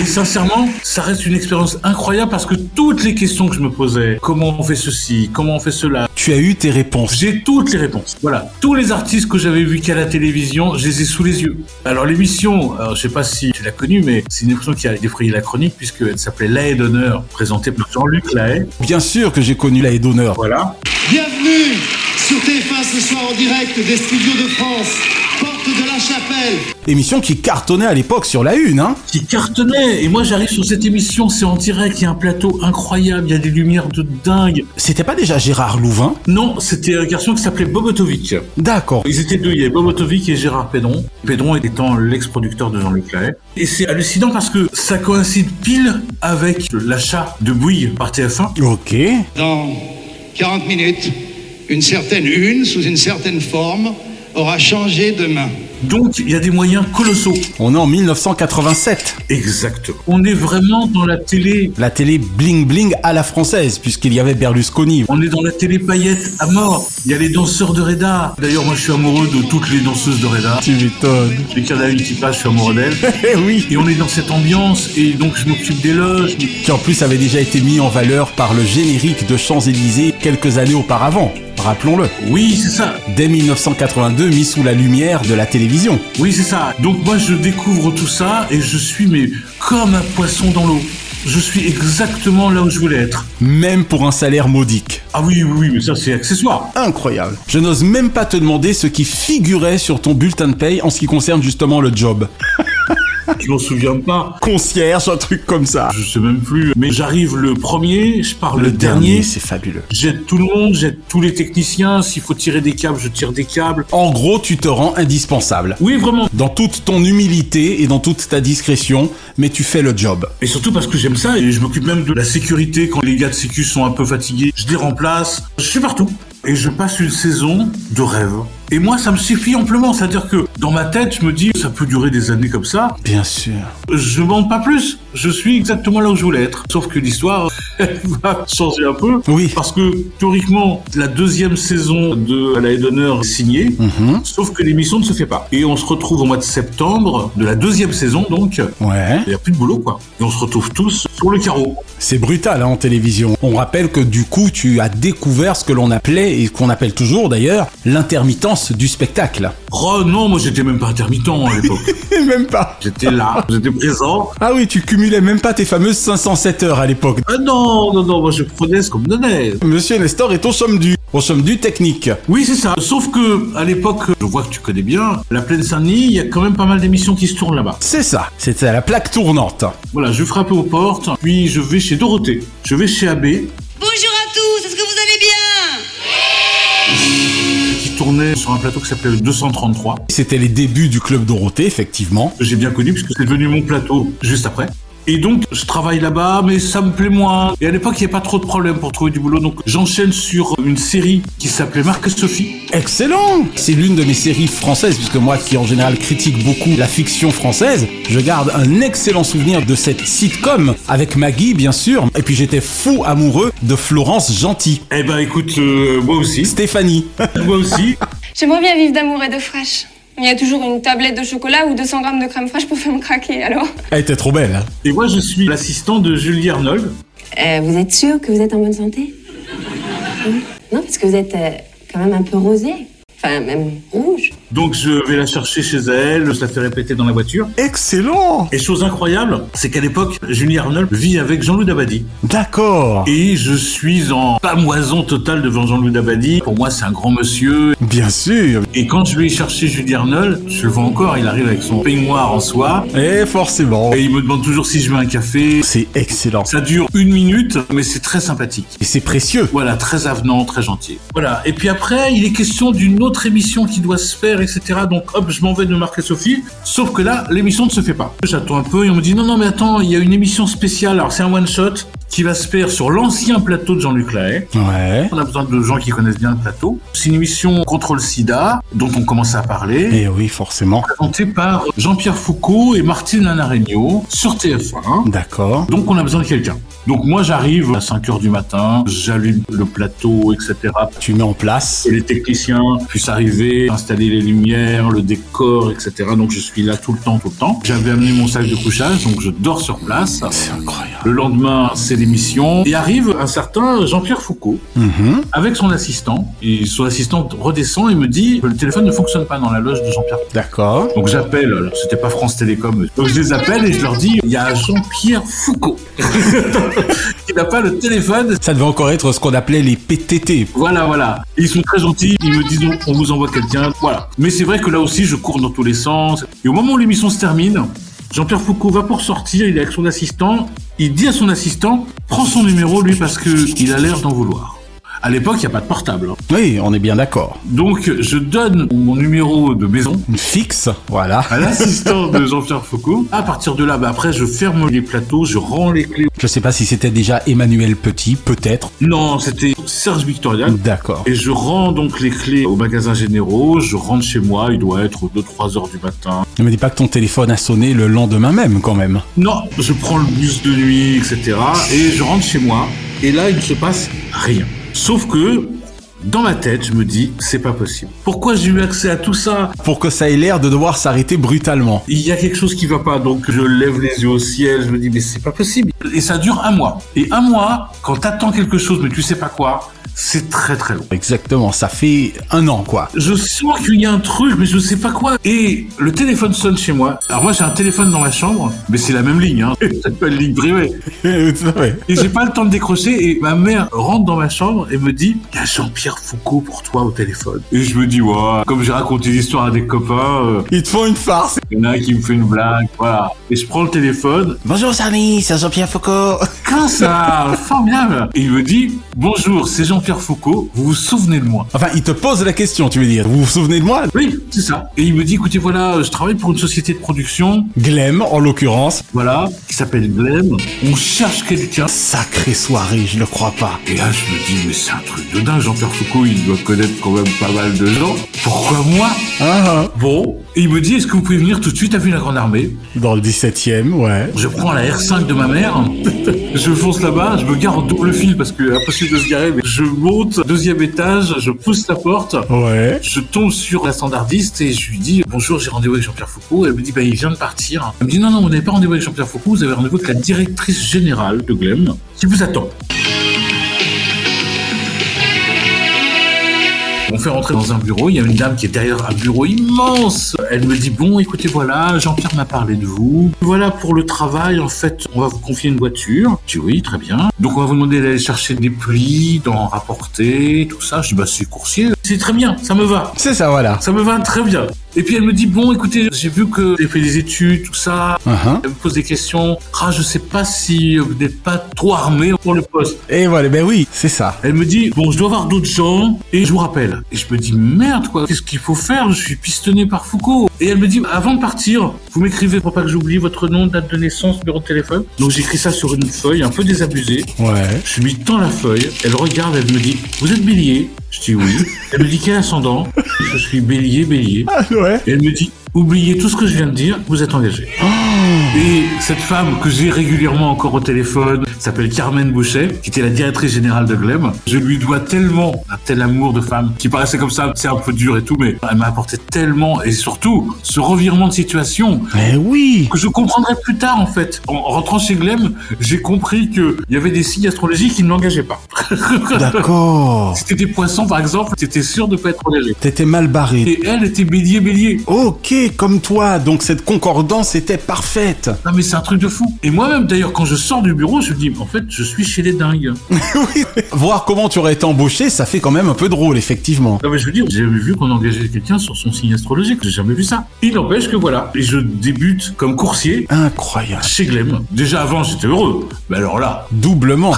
Speaker 7: Et sincèrement, ça reste une expérience incroyable parce que toutes les questions que je me posais, comment on fait ceci, comment on fait cela,
Speaker 6: Tu as eu tes réponses.
Speaker 7: j'ai toutes les réponses. Voilà, tous les artistes que j'avais vus qu'à la télévision, je les ai sous les yeux. Alors l'émission, alors, je sais pas si tu l'as connue, mais c'est une émission qui a défrayé la chronique puisqu'elle s'appelait L'Haie d'honneur, présentée par Jean-Luc Lahaye.
Speaker 6: Bien sûr que j'ai connu la haie d'honneur.
Speaker 7: Voilà.
Speaker 1: Bienvenue sur TF1 ce soir en direct des studios de France, porte de la chapelle.
Speaker 6: Émission qui cartonnait à l'époque sur la une, hein.
Speaker 7: qui cartonnait. Et moi, j'arrive sur cette émission, c'est en direct, il y a un plateau incroyable, il y a des lumières de dingue.
Speaker 6: C'était pas déjà Gérard Louvain
Speaker 7: Non, c'était un garçon qui s'appelait Bobotovic.
Speaker 6: D'accord.
Speaker 7: Ils étaient deux, il y avait Bobotovic et Gérard Pédron. Pédron étant l'ex-producteur de Jean-Luc Lahaye. Et c'est hallucinant parce que ça coïncide pile avec l'achat de Bouygues par TF1.
Speaker 6: Ok.
Speaker 1: Dans 40 minutes, une certaine une, sous une certaine forme, aura changé de main.
Speaker 7: Donc, il y a des moyens colossaux.
Speaker 6: On est en 1987.
Speaker 7: Exactement. On est vraiment dans la télé.
Speaker 6: La télé bling bling à la française, puisqu'il y avait Berlusconi.
Speaker 7: On est dans la télé paillette à mort. Il y a les danseurs de Reda. D'ailleurs, moi, je suis amoureux de toutes les danseuses de Reda.
Speaker 6: Tu m'étonnes.
Speaker 7: Dès qu'il y en a une qui passe, je suis amoureux d'elle.
Speaker 6: Eh oui.
Speaker 7: Et on est dans cette ambiance, et donc je m'occupe des loges.
Speaker 6: Qui en plus avait déjà été mis en valeur par le générique de Champs-Élysées quelques années auparavant. Rappelons-le.
Speaker 7: Oui, c'est ça.
Speaker 6: Dès 1982, mis sous la lumière de la télévision.
Speaker 7: Oui, c'est ça. Donc moi, je découvre tout ça et je suis mais comme un poisson dans l'eau. Je suis exactement là où je voulais être.
Speaker 6: Même pour un salaire modique.
Speaker 7: Ah oui, oui, oui, mais ça
Speaker 6: (laughs)
Speaker 7: c'est accessoire.
Speaker 6: Incroyable. Je n'ose même pas te demander ce qui figurait sur ton bulletin de paye en ce qui concerne justement le job.
Speaker 7: Je m'en souviens pas.
Speaker 6: Concierge, un truc comme ça.
Speaker 7: Je sais même plus. Mais j'arrive le premier, je pars le, dernier.
Speaker 6: c'est fabuleux.
Speaker 7: J'aide tout le monde, j'aide tous les techniciens. S'il faut tirer des câbles, je tire des câbles.
Speaker 6: En gros, tu te rends indispensable.
Speaker 7: Oui, vraiment.
Speaker 6: Dans toute ton humilité et dans toute ta discrétion, mais tu fais le job.
Speaker 7: Et surtout parce que j'aime ça et je m'occupe même de la sécurité quand les gars de sécu sont un peu fatigués. Je les remplace. Je suis partout. Et je passe une saison de rêve. Et moi, ça me suffit amplement. C'est-à-dire que dans ma tête, je me dis, ça peut durer des années comme ça.
Speaker 6: Bien sûr.
Speaker 7: Je ne demande pas plus. Je suis exactement là où je voulais être. Sauf que l'histoire, (laughs) elle va changer un peu.
Speaker 6: Oui.
Speaker 7: Parce que théoriquement, la deuxième saison de La Haie d'honneur est signée, sauf que l'émission ne se fait pas. Et on se retrouve au mois de septembre de la deuxième saison, donc.
Speaker 6: Ouais.
Speaker 7: Il n'y a plus de boulot, quoi. Et on se retrouve tous sur le carreau.
Speaker 6: C'est brutal hein, en télévision. On rappelle que du coup, tu as découvert ce que l'on appelait, et qu'on appelle toujours d'ailleurs, l'intermittence du (laughs) spectacle.
Speaker 7: Oh non, moi j'étais même pas intermittent hein, à l'époque.
Speaker 6: même pas.
Speaker 7: J'étais là, j'étais présent.
Speaker 6: Ah oui, tu cumulais même pas tes fameuses 507 heures à l'époque.
Speaker 7: Ah non, non, non, moi je prenais ce qu'on me donnait.
Speaker 6: Monsieur Nestor est au somme du, au somme du technique.
Speaker 7: Oui, c'est ça. Sauf que, à l'époque, je vois que tu connais bien, la plaine Saint-Denis, il y a quand même pas mal d'émissions qui se tournent là-bas.
Speaker 6: C'est ça, c'était la plaque tournante.
Speaker 7: Voilà, je frappe aux portes, puis je vais chez Dorothée, je vais chez AB,
Speaker 3: Bonjour à tous, est-ce que vous allez bien
Speaker 7: qui tournait sur un plateau qui s'appelait le 233.
Speaker 6: C'était les débuts du club Dorothée, effectivement.
Speaker 7: que j'ai bien connu puisque c'est devenu mon plateau juste après. Et donc, je travaille là-bas, mais ça me plaît moins. Et à l'époque, il n'y a pas trop de problèmes pour trouver du boulot. Donc, j'enchaîne sur une série qui s'appelait Marc et Sophie.
Speaker 6: Excellent C'est l'une de mes séries françaises, puisque moi qui en général critique beaucoup la fiction française, je garde un excellent souvenir de cette sitcom, avec Maggie bien sûr, et puis j'étais fou amoureux de Florence Gentil.
Speaker 7: Eh ben, écoute, euh, moi aussi.
Speaker 6: Stéphanie. (laughs)
Speaker 7: moi aussi.
Speaker 22: J'aimerais bien vivre d'amour et de fraîche. Il y a toujours une tablette de chocolat ou 200 grammes de crème fraîche pour faire me craquer, alors.
Speaker 6: Elle était trop belle. hein.
Speaker 7: Et moi, je suis l'assistant de Julie Arnold.
Speaker 22: vous êtes sûr que vous êtes en bonne santé Non, parce que vous êtes euh, quand même un peu rosé. Enfin, même rouge.
Speaker 7: Donc, je vais la chercher chez elle, je la fais répéter dans la voiture.
Speaker 6: Excellent
Speaker 7: Et chose incroyable, c'est qu'à l'époque, Julie Arnold vit avec Jean-Louis Dabadi.
Speaker 6: D'accord.
Speaker 7: Et je suis en pamoison totale devant Jean-Louis Dabadi. Pour moi, c'est un grand monsieur.
Speaker 6: Bien sûr.
Speaker 7: Et quand je vais chercher Julie Arnold, je le vois encore, il arrive avec son peignoir en soie.
Speaker 6: Et forcément.
Speaker 7: Et il me demande toujours si je veux un café.
Speaker 6: C'est excellent.
Speaker 7: Ça dure une minute, mais c'est très sympathique.
Speaker 6: Et c'est précieux.
Speaker 7: Voilà, très avenant, très gentil. Voilà. Et puis après, il est question d'une autre émission qui doit se faire, etc. Donc hop, je m'en vais de Marc et Sophie. Sauf que là, l'émission ne se fait pas. J'attends un peu et on me dit non, non, mais attends, il y a une émission spéciale. Alors c'est un one shot qui va se faire sur l'ancien plateau de Jean-Luc Lahaye.
Speaker 6: Ouais.
Speaker 7: On a besoin de gens qui connaissent bien le plateau. C'est une émission contre le sida dont on commence à parler.
Speaker 6: Et oui, forcément.
Speaker 7: Présentée par Jean-Pierre Foucault et Martine Lanaregno sur TF1.
Speaker 6: D'accord.
Speaker 7: Donc on a besoin de quelqu'un. Donc moi j'arrive à 5h du matin, j'allume le plateau, etc.
Speaker 6: Tu mets en place.
Speaker 7: Que les techniciens puissent arriver, installer les lumières, le décor, etc. Donc je suis là tout le temps, tout le temps. J'avais amené mon sac de couchage, donc je dors sur place.
Speaker 6: C'est incroyable.
Speaker 7: Le lendemain, c'est l'émission. Et arrive un certain Jean-Pierre Foucault
Speaker 6: Mhm.
Speaker 7: avec son assistant. Et son assistant redescend et me dit que le téléphone ne fonctionne pas dans la loge de Jean-Pierre.
Speaker 6: D'accord.
Speaker 7: Donc j'appelle, alors c'était pas France Télécom, donc je les appelle et je leur dis, il y a Jean-Pierre Foucault (laughs) qui n'a pas le téléphone.
Speaker 6: Ça devait encore être ce qu'on appelait les PTT.
Speaker 7: Voilà, voilà. Et ils sont très gentils, ils me disent, on on vous envoie quelqu'un, voilà. Mais c'est vrai que là aussi, je cours dans tous les sens. Et au moment où l'émission se termine, Jean-Pierre Foucault va pour sortir, il est avec son assistant, il dit à son assistant, prends son numéro lui parce que il a l'air d'en vouloir. À l'époque, il n'y a pas de portable. hein.
Speaker 6: Oui, on est bien d'accord.
Speaker 7: Donc, je donne mon numéro de maison
Speaker 6: Une fixe, voilà.
Speaker 7: à l'assistant de Jean-Pierre Foucault. À partir de là, bah après, je ferme les plateaux, je rends les clés.
Speaker 6: Je sais pas si c'était déjà Emmanuel Petit, peut-être.
Speaker 7: Non, c'était Serge
Speaker 6: Hein
Speaker 7: Victorian.
Speaker 6: D'accord.
Speaker 7: Et je rends donc les clés au magasin généraux, je rentre chez moi, il doit être 2-3 heures du matin.
Speaker 6: Ne me dis pas que ton téléphone a sonné le lendemain même, quand même.
Speaker 7: Non, je prends le bus de nuit, etc. Et je rentre chez moi, et là, il ne se passe rien. Sauf que, dans ma tête, je me dis, c'est pas possible. Pourquoi j'ai eu accès à tout ça
Speaker 6: Pour que ça ait l'air de devoir s'arrêter brutalement.
Speaker 7: Il y a quelque chose qui va pas, donc je lève les yeux au ciel, je me dis mais c'est pas possible. Et ça dure un mois. Et un mois, quand t'attends quelque chose mais tu sais pas quoi, c'est très très long.
Speaker 6: Exactement, ça fait un an, (laughs) quoi.
Speaker 7: Je sens qu'il y a un truc mais je sais pas quoi. Et le téléphone sonne chez moi. Alors moi j'ai un téléphone dans ma chambre, mais c'est la même ligne, hein. (laughs) C'est pas une ligne privée. Et j'ai pas le temps de décrocher et ma mère rentre dans ma chambre et me dit il y a Jean-Pierre Foucault pour toi au téléphone. Et je me dis ouais, comme j'ai raconté l'histoire à des copains, euh,
Speaker 6: Ils te font une farce.
Speaker 7: il y en a un qui me fait une blague, voilà. Et je prends le téléphone
Speaker 6: Bonjour, Sarny, c'est Jean-Pierre Foucault.
Speaker 7: Comment ça Formidable Et il me dit Bonjour, c'est Jean-Pierre Foucault, vous vous souvenez de moi
Speaker 6: Enfin, ils te posent la question, tu veux dire. Vous vous souvenez de moi
Speaker 7: Oui, c'est ça. Et il me dit Écoutez, voilà, je travaille pour une société de production,
Speaker 6: Glem, en l'occurrence.
Speaker 7: voilà, qui s'appelle Glenn. On cherche quelqu'un.
Speaker 6: Sacrée soirée, je ne crois pas.
Speaker 7: Et là, je me dis Mais c'est un truc de dingue, Jean-Pierre Foucault, il doit connaître quand même pas mal de gens. Pourquoi moi
Speaker 6: Ah, ah.
Speaker 7: Bon. Et il me dit Est-ce que vous pouvez venir tout de suite à Ville la Grande Armée
Speaker 6: Dans le 17 e ouais.
Speaker 7: Je prends la R5 de ma mère. (laughs) Je fonce là-bas, je me gare en double fil parce que impossible de se garer. Mais je monte, deuxième étage, je pousse la porte.
Speaker 6: Ouais.
Speaker 7: Je tombe sur la standardiste et je lui dis bonjour, j'ai rendez-vous avec Jean-Pierre Foucault. Elle me dit bah il vient de partir. Elle me dit non non, vous n'avez pas rendez-vous avec Jean-Pierre Foucault, vous avez rendez-vous avec la directrice générale de Glem qui vous attend. On fait rentrer dans un bureau, il y a une dame qui est derrière un bureau immense. Elle me dit bon, écoutez voilà, Jean-Pierre m'a parlé de vous. Voilà pour le travail, en fait, on va vous confier une voiture. Je dis oui, très bien. Donc on va vous demander d'aller chercher des plis, d'en rapporter, tout ça. Je dis bah c'est coursier, c'est très bien, ça me va.
Speaker 6: C'est ça, voilà.
Speaker 7: Ça me va très bien. Et puis elle me dit bon, écoutez, j'ai vu que j'ai fait des études, tout ça.
Speaker 6: Uh-huh.
Speaker 7: Elle me pose des questions. Ah, je sais pas si vous n'êtes pas trop armé pour le poste.
Speaker 6: Et voilà, ben oui, c'est ça.
Speaker 7: Elle me dit bon, je dois voir d'autres gens et je vous rappelle. Et je me dis merde quoi, qu'est-ce qu'il faut faire Je suis pistonné par Foucault. Et elle me dit avant de partir, vous m'écrivez pour pas que j'oublie votre nom, date de naissance, numéro de téléphone. Donc j'écris ça sur une feuille un peu désabusée.
Speaker 6: Ouais.
Speaker 7: Je lui tends la feuille. Elle regarde, elle me dit vous êtes bélier. Je dis oui. Elle me dit quel ascendant Je suis bélier, bélier.
Speaker 6: Ah ouais.
Speaker 7: Et elle me dit oubliez tout ce que je viens de dire, vous êtes engagé. Et cette femme que j'ai régulièrement encore au téléphone s'appelle Carmen Boucher, qui était la directrice générale de Glem. Je lui dois tellement un tel amour de femme qui paraissait comme ça, c'est un peu dur et tout, mais elle m'a apporté tellement et surtout ce revirement de situation
Speaker 6: Mais Eh oui.
Speaker 7: que je comprendrai plus tard en fait. En rentrant chez Glem, j'ai compris qu'il y avait des signes astrologiques qui ne l'engageaient pas. (laughs)
Speaker 6: D'accord.
Speaker 7: si t'étais poisson par exemple, t'étais sûr de pas être engagé.
Speaker 6: T'étais mal barré.
Speaker 7: Et elle était bélier bélier.
Speaker 6: Ok, comme toi. Donc cette concordance était parfaite. (laughs)
Speaker 7: Non mais c'est un truc de fou. Et moi-même d'ailleurs quand je sors du bureau, je me dis en fait je suis chez les dingues.
Speaker 6: oui. Voir comment tu aurais été embauché, ça fait quand même un peu drôle, effectivement.
Speaker 7: Non mais je veux dire, j'ai jamais vu qu'on engageait quelqu'un sur son signe astrologique, j'ai jamais vu ça. Il n'empêche que voilà, et je débute comme coursier
Speaker 6: Incroyable.
Speaker 7: chez Glem. Déjà avant j'étais heureux, mais alors là,
Speaker 6: Doublement.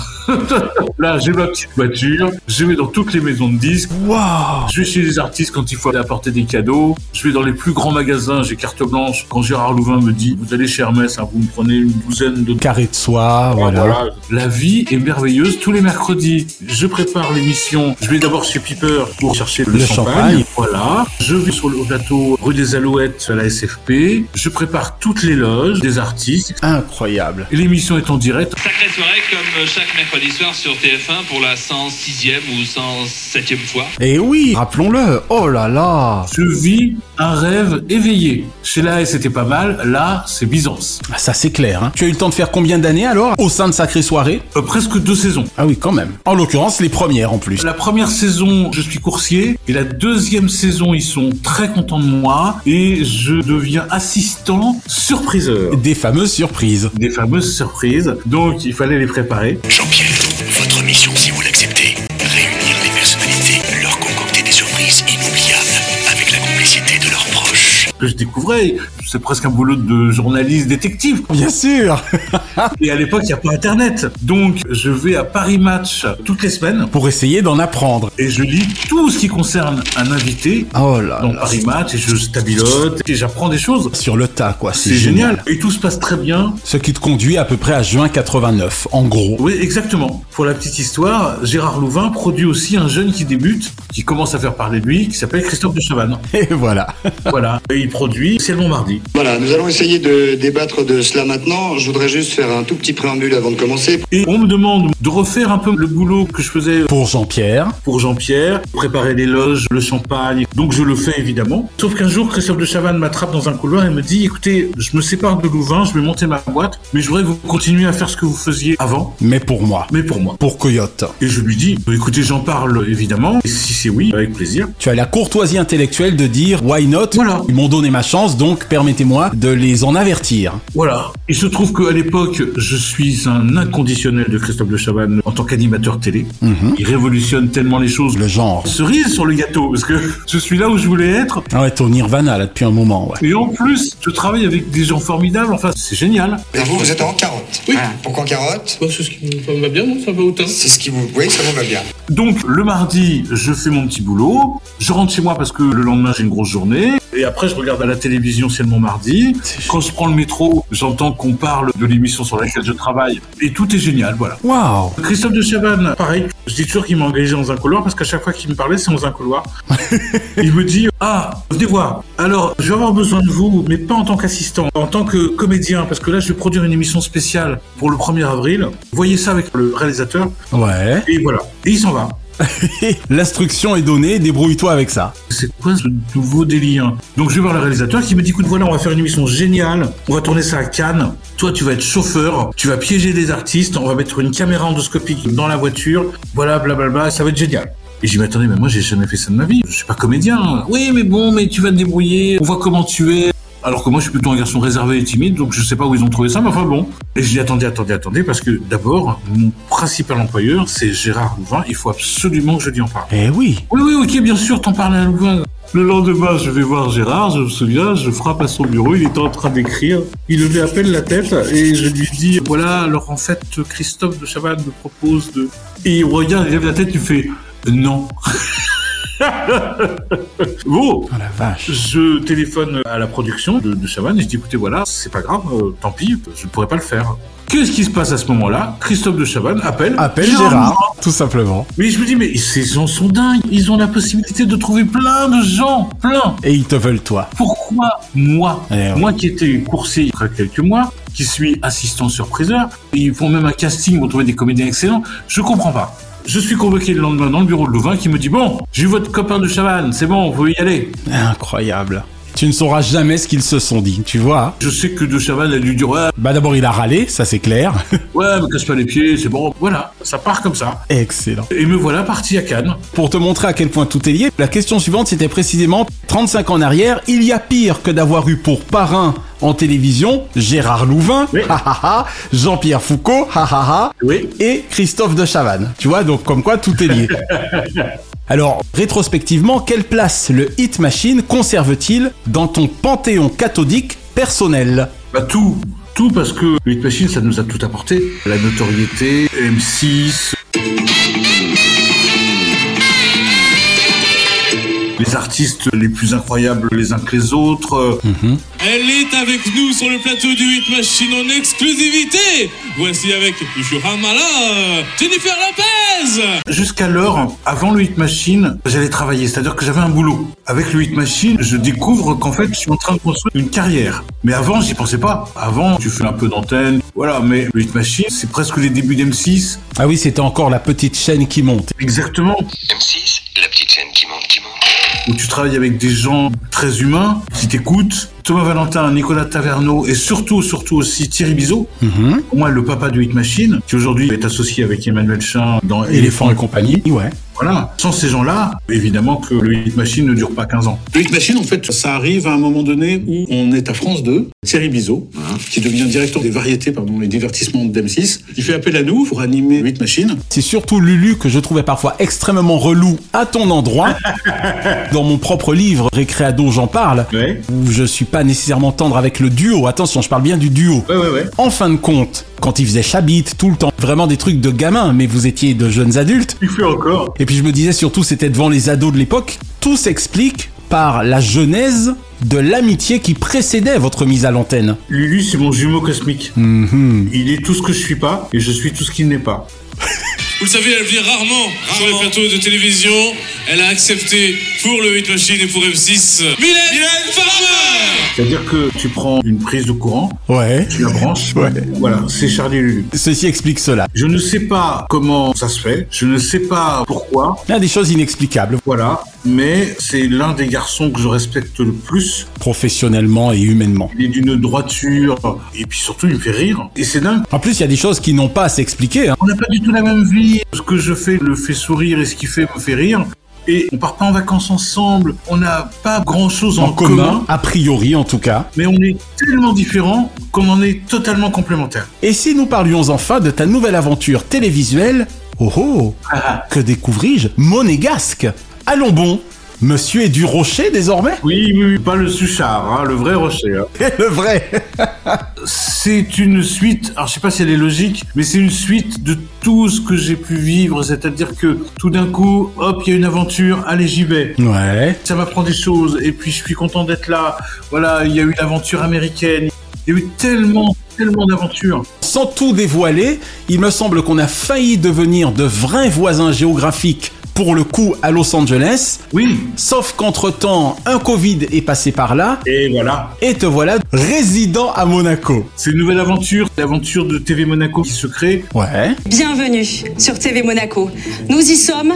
Speaker 7: là j'ai ma petite voiture, je vais dans toutes les maisons de disques,
Speaker 6: Waouh.
Speaker 7: je vais chez les artistes quand il faut aller apporter des cadeaux, je vais dans les plus grands magasins, j'ai carte blanche. Quand Gérard Louvain me dit, vous allez chez Hermès, hein, vous me prenez une douzaine de
Speaker 6: Carré de soie, voilà.
Speaker 7: Ah, voilà. La vie est merveilleuse. Tous les mercredis, je prépare l'émission. Je vais d'abord chez Piper pour chercher le,
Speaker 6: Le champagne.
Speaker 7: Voilà. Je vais sur le plateau rue des Alouettes à la SFP. Je prépare toutes les loges des artistes.
Speaker 6: Incroyable.
Speaker 7: Et L'émission est en direct.
Speaker 10: Sacrée soirée comme chaque mercredi soir sur TF1 pour la 106e ou 107e fois.
Speaker 6: Et oui, rappelons-le. Oh là là.
Speaker 7: Je vis un rêve éveillé. Chez l'AS, c'était pas mal. Là, c'est Byzance.
Speaker 6: Ah, Ça c'est clair. hein. Tu as eu le temps de faire combien d'années alors au sein de Sacrée Soirée
Speaker 7: Euh, presque deux saisons.
Speaker 6: Ah oui, quand même. En l'occurrence, les premières en plus.
Speaker 7: La première saison, je suis coursier. Et la deuxième saison, ils sont très contents de moi. Et je deviens assistant surpriseur.
Speaker 6: Des fameuses surprises.
Speaker 7: Des fameuses surprises. Donc, il fallait les préparer.
Speaker 2: Jean-Pierre, votre mission, si vous l'acceptez, réunir les personnalités, leur concocter des surprises inoubliables avec la complicité de leurs proches.
Speaker 7: Que je découvrais. C'est presque un boulot de journaliste détective.
Speaker 6: Bien sûr. (laughs)
Speaker 7: Et à l'époque, il n'y a pas Internet. Donc, je vais à Paris Match toutes les semaines.
Speaker 6: Pour essayer d'en apprendre.
Speaker 7: Et je lis tout ce qui concerne un invité
Speaker 6: Oh là
Speaker 7: dans
Speaker 6: là.
Speaker 7: Paris Match. Et je stabilote. Et j'apprends des choses.
Speaker 6: Sur le tas, quoi.
Speaker 7: C'est génial. Et tout se passe très bien.
Speaker 6: Ce qui te conduit à peu près à juin 89, en gros. (laughs)
Speaker 7: Oui, exactement. Pour la petite histoire, Gérard Louvain produit aussi un jeune qui débute, qui commence à faire parler de lui, qui s'appelle Christophe de Chavannes.
Speaker 6: Et voilà.
Speaker 7: voilà. Et il produit C'est le bon mardi.
Speaker 5: Voilà, nous allons essayer de débattre de cela maintenant. Je voudrais juste faire un tout petit préambule avant de commencer.
Speaker 7: Et on me demande de refaire un peu le boulot que je faisais
Speaker 6: Pour Jean-Pierre.
Speaker 7: pour Jean-Pierre, préparer les loges, le champagne. Donc je le fais évidemment. Sauf qu'un jour, Christophe de Chavannes m'attrape dans un couloir et me dit "Écoutez, je me sépare de Louvain, je vais monter ma boîte, mais je voudrais que vous continuez à faire ce que vous faisiez avant,
Speaker 6: Mais pour moi.
Speaker 7: mais pour moi."
Speaker 6: Pour Coyote.
Speaker 7: Et je lui dis bah, "Écoutez, j'en parle évidemment. Et si c'est oui, avec plaisir."
Speaker 6: Tu as la courtoisie intellectuelle de dire why not
Speaker 7: Voilà.
Speaker 6: Ils m'ont donné ma chance, donc permettez-moi de les en avertir.
Speaker 7: Voilà. Il se trouve qu'à l'époque, je suis un inconditionnel de Christophe de Chavannes en tant qu'animateur télé.
Speaker 6: Mhm.
Speaker 7: Il révolutionne tellement les choses.
Speaker 6: Le genre.
Speaker 7: Cerise sur le gâteau, parce que (laughs) je suis là où je voulais être.
Speaker 6: Ah ouais, ton Nirvana là depuis un moment, ouais.
Speaker 7: Et en plus, je travaille avec des gens formidables. Enfin, c'est génial.
Speaker 5: Et vous, vous êtes en carotte. Oui. Pourquoi en carotte
Speaker 18: Bah, c'est ce qui me va bien, non Ça va au teint.
Speaker 5: C'est ce qui vous. Oui, ça vous va bien.
Speaker 7: Donc, le mardi, je fais fais mon petit boulot, je rentre chez moi parce que le lendemain j'ai une grosse journée, et après je regarde à la télévision c'est le Mont mardi. Quand je prends le métro, j'entends qu'on parle de l'émission sur laquelle je travaille, et tout est génial, voilà.
Speaker 6: Waouh
Speaker 7: Christophe de Chavannes, pareil, je dis toujours qu'il m'a engagé dans un couloir parce qu'à chaque fois qu'il me parlait, c'est dans un couloir. il me dit Ah, venez voir, alors je vais avoir besoin de vous, mais pas en tant qu'assistant, en tant que comédien, parce que là je vais produire une émission spéciale pour le 1er avril. Voyez ça avec le réalisateur.
Speaker 6: Ouais. (laughs)
Speaker 7: Et voilà. Et il s'en va.
Speaker 6: L'instruction est donnée, débrouille-toi avec ça.
Speaker 7: C'est quoi ce nouveau délire Donc je vais voir le réalisateur qui me dit écoute voilà on va faire une émission géniale, on va tourner ça à Cannes, toi tu vas être chauffeur, tu vas piéger des artistes, on va mettre une caméra endoscopique dans la voiture, voilà blablabla, ça va être génial. Et j'ai dit, mais attendez, mais moi j'ai jamais fait ça de ma vie, je suis pas comédien. Oui mais bon, mais tu vas te débrouiller, on voit comment tu es. Alors que moi je suis plutôt un garçon réservé et timide, donc je sais pas où ils ont trouvé ça, mais enfin bon. Et je dis attendez, attendez, attendez, parce que d'abord, mon principal employeur, c'est Gérard Louvain, il faut absolument que je lui en parle.
Speaker 6: Eh oui
Speaker 7: Oui, oui, ok, bien sûr, t'en parles à Louvain. Le lendemain, je vais voir Gérard, je me souviens, je frappe à son bureau, il était en train d'écrire. Il levait à peine la tête et je lui dis, voilà, alors en fait, Christophe de Chavannes me propose de... Et il regarde, il lève la tête, il fait, non. (laughs) bon,
Speaker 6: Oh la vache
Speaker 7: je téléphone à la production de, de Chavannes et je dis écoutez voilà, c'est pas grave, euh, tant pis, je ne pourrais pas le faire. Qu'est-ce qui se passe à ce moment-là Christophe de Chavannes appelle.
Speaker 6: Appelle Gérard, tout simplement.
Speaker 7: Mais je me dis mais ces gens sont dingues, ils ont la possibilité de trouver plein de gens, plein.
Speaker 6: Et ils te veulent toi.
Speaker 7: Pourquoi moi Moi qui étais coursier il y a quelques mois, qui suis assistant surpriseur, et ils font même un casting pour trouver des comédiens excellents, je comprends pas. Je suis convoqué le lendemain dans le bureau de Louvain qui me dit Bon, j'ai eu votre copain de Chavannes, c'est bon, vous pouvez y aller.
Speaker 6: Incroyable. Tu ne sauras jamais ce qu'ils se sont dit, tu vois.
Speaker 7: Je sais que De Chavannes a dû dire Ouais,
Speaker 6: Bah d'abord il a râlé, ça c'est clair. (laughs)
Speaker 7: ouais, me casse pas les pieds, c'est bon, voilà, ça part comme ça.
Speaker 6: Excellent.
Speaker 7: Et me voilà parti à Cannes.
Speaker 6: Pour te montrer à quel point tout est lié, la question suivante c'était précisément 35 ans en arrière, il y a pire que d'avoir eu pour parrain en télévision Gérard Louvain, ha, ha, ha, Jean-Pierre Foucault, ha, ha, ha, et Christophe de Chavannes. Tu vois, donc comme quoi tout est lié. Alors, rétrospectivement, quelle place le Hit Machine conserve-t-il dans ton panthéon cathodique personnel
Speaker 7: Bah tout, tout parce que le Hit Machine, ça nous a tout apporté. La notoriété, M6. Les artistes les plus incroyables les uns que les autres.
Speaker 18: Elle est avec nous sur le plateau du 8 Machine en exclusivité. Voici avec Johanna Jennifer Lopez.
Speaker 7: Jusqu'à l'heure, avant le Hit Machine, j'allais travailler, c'est-à-dire que j'avais un boulot. Avec le Hit Machine, je découvre qu'en fait, je suis en train de construire une carrière. Mais avant, j'y pensais pas. Avant, tu fais un peu d'antenne, voilà, mais le Hit Machine, c'est presque les débuts d'M6.
Speaker 6: Ah oui, c'était encore la petite chaîne qui monte.
Speaker 7: Exactement.
Speaker 2: M6, la petite chaîne qui monte, qui monte.
Speaker 7: où tu travailles avec des gens très humains qui t'écoutent. Thomas Valentin, Nicolas Taverneau et surtout, surtout aussi Thierry Bizot, pour moi le papa du Hit Machine, qui aujourd'hui est associé avec Emmanuel Chin dans
Speaker 6: Éléphant et compagnie, ouais.
Speaker 7: Voilà. Sans ces gens-là, évidemment que le Hit Machine ne dure pas 15 ans.
Speaker 4: Le Hit Machine, en fait, ça arrive à un moment donné où on est à France 2, Thierry Bizot, qui devient directeur des variétés, pardon, les divertissements d'M6. Il fait appel à nous pour animer le Hit Machine.
Speaker 6: C'est surtout Lulu que je trouvais parfois extrêmement relou à ton endroit. Dans mon propre livre, Récréado, j'en parle,
Speaker 7: Ouais.
Speaker 6: où je suis pas nécessairement tendre avec le duo. Attention, je parle bien du duo.
Speaker 7: Ouais, ouais, ouais.
Speaker 6: En fin de compte, quand il faisait Chabit tout le temps, vraiment des trucs de gamins, mais vous étiez de jeunes adultes.
Speaker 7: Il fait encore.
Speaker 6: Et puis je me disais surtout, c'était devant les ados de l'époque. Tout s'explique par la genèse de l'amitié qui précédait votre mise à l'antenne.
Speaker 7: Lulu, c'est mon jumeau cosmique.
Speaker 6: Mhm.
Speaker 7: Il est tout ce que je suis pas et je suis tout ce qu'il n'est pas.
Speaker 18: Vous le savez, elle vient rarement, sur les plateaux de télévision. Elle a accepté pour le 8 Machine et pour M6 Mylène, Farmer
Speaker 7: C'est-à-dire que tu prends une prise de courant,
Speaker 6: Ouais.
Speaker 7: tu la branches, voilà, c'est Charlie Lulu.
Speaker 6: Ceci explique cela.
Speaker 7: Je ne sais pas comment ça se fait, je ne sais pas pourquoi,
Speaker 6: Il y a des choses inexplicables,
Speaker 7: Voilà, mais c'est l'un des garçons que je respecte le plus.
Speaker 6: professionnellement et humainement.
Speaker 7: Il est d'une droiture, et puis surtout, il me fait rire. Et c'est dingue.
Speaker 6: En plus, il y a des choses qui n'ont pas à s'expliquer. hein.
Speaker 7: On n'a pas du tout la même vie. Ce que je fais le fait sourire et ce qu'il fait me fait rire. Et on part pas en vacances ensemble. On n'a pas grand chose en,
Speaker 6: En commun, a priori en tout cas.
Speaker 7: Mais on est tellement différents qu'on en est totalement complémentaires.
Speaker 6: Et si nous parlions enfin de ta nouvelle aventure Ah. télévisuelle Oh oh Que découvris-je Monégasque Allons bon Monsieur est du rocher désormais
Speaker 7: Oui, oui, oui, pas le Suchard, hein, le vrai rocher.
Speaker 6: le vrai
Speaker 7: C'est une suite, alors je sais pas si elle est logique, mais c'est une suite de tout ce que j'ai pu vivre, c'est-à-dire que tout d'un coup, hop, il y a une aventure, allez j'y vais.
Speaker 6: Ouais.
Speaker 7: Ça m'apprend des choses, et puis je suis content d'être là. Voilà, il y a eu l'aventure américaine, il y a eu tellement, tellement d'aventures.
Speaker 6: Sans tout dévoiler, il me semble qu'on a failli devenir de vrais voisins géographiques pour le coup à Los Angeles.
Speaker 7: Oui.
Speaker 6: Sauf qu'entre-temps, un Covid est passé par là.
Speaker 7: Et voilà.
Speaker 6: Et te voilà résident à Monaco.
Speaker 7: C'est une nouvelle aventure, l'aventure de TV Monaco qui se crée.
Speaker 6: Ouais.
Speaker 8: Bienvenue sur TV Monaco. Nous y sommes.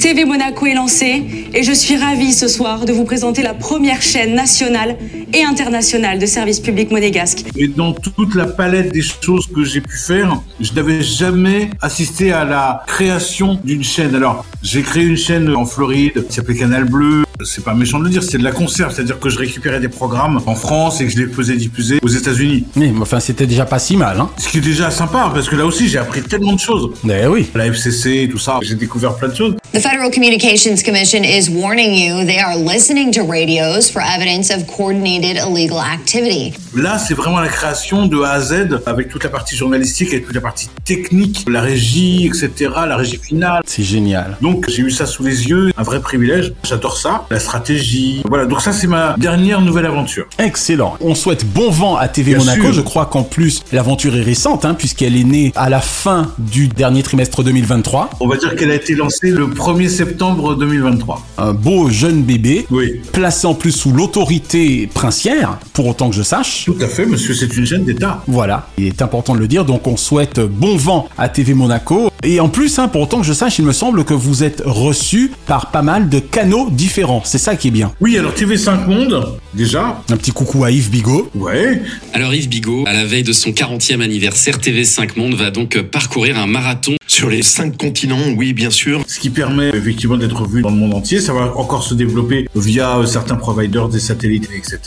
Speaker 8: TV Monaco est lancée et je suis ravie ce soir de vous présenter la première chaîne nationale et internationale de services publics monégasques.
Speaker 7: Et dans toute la palette des choses que j'ai pu faire, je n'avais jamais assisté à la création d'une chaîne. Alors, j'ai créé une chaîne en Floride qui s'appelait Canal Bleu. C'est pas méchant de le dire, c'est de la conserve, c'est-à-dire que je récupérais des programmes en France et que je les faisais diffuser aux États-Unis.
Speaker 6: Oui, mais enfin, c'était déjà pas si mal, hein.
Speaker 7: Ce qui est déjà sympa, parce que là aussi, j'ai appris tellement de choses.
Speaker 6: Eh oui.
Speaker 7: La FCC, tout ça, j'ai découvert plein de choses.
Speaker 9: The Federal Communications Commission is warning you they are listening to radios for evidence of coordinated illegal activity.
Speaker 7: Là, c'est vraiment la création de A à Z avec toute la partie journalistique et toute la partie technique, la régie, etc., la régie finale.
Speaker 6: C'est génial.
Speaker 7: Donc, j'ai eu ça sous les yeux, un vrai privilège. J'adore ça, la stratégie. Voilà, donc ça, c'est ma dernière nouvelle aventure.
Speaker 6: Excellent. On souhaite bon vent à TV
Speaker 7: Bien
Speaker 6: Monaco.
Speaker 7: sûr.
Speaker 6: Je crois qu'en plus, l'aventure est récente, hein, puisqu'elle est née à la fin du dernier trimestre 2023.
Speaker 7: On va dire qu'elle a été lancée le 1er septembre 2023.
Speaker 6: Un beau jeune bébé,
Speaker 7: Oui.
Speaker 6: placé en plus sous l'autorité princière, pour autant que je sache.
Speaker 7: Tout à fait, monsieur, c'est une chaîne d'État.
Speaker 6: Voilà, il est important de le dire, donc on souhaite bon vent à TV Monaco. Et en plus, hein, pour autant que je sache, il me semble que vous êtes reçu par pas mal de canaux différents. C'est ça qui est bien.
Speaker 7: Oui, alors TV5 Monde, déjà.
Speaker 6: Un petit coucou à Yves Bigot.
Speaker 7: Ouais.
Speaker 23: Alors Yves Bigot, à la veille de son 40e anniversaire, TV5 Monde va donc parcourir un marathon sur les cinq continents, oui bien sûr.
Speaker 7: Ce qui permet effectivement d'être vu dans le monde entier. Ça va encore se développer via euh, certains providers, des satellites, etc.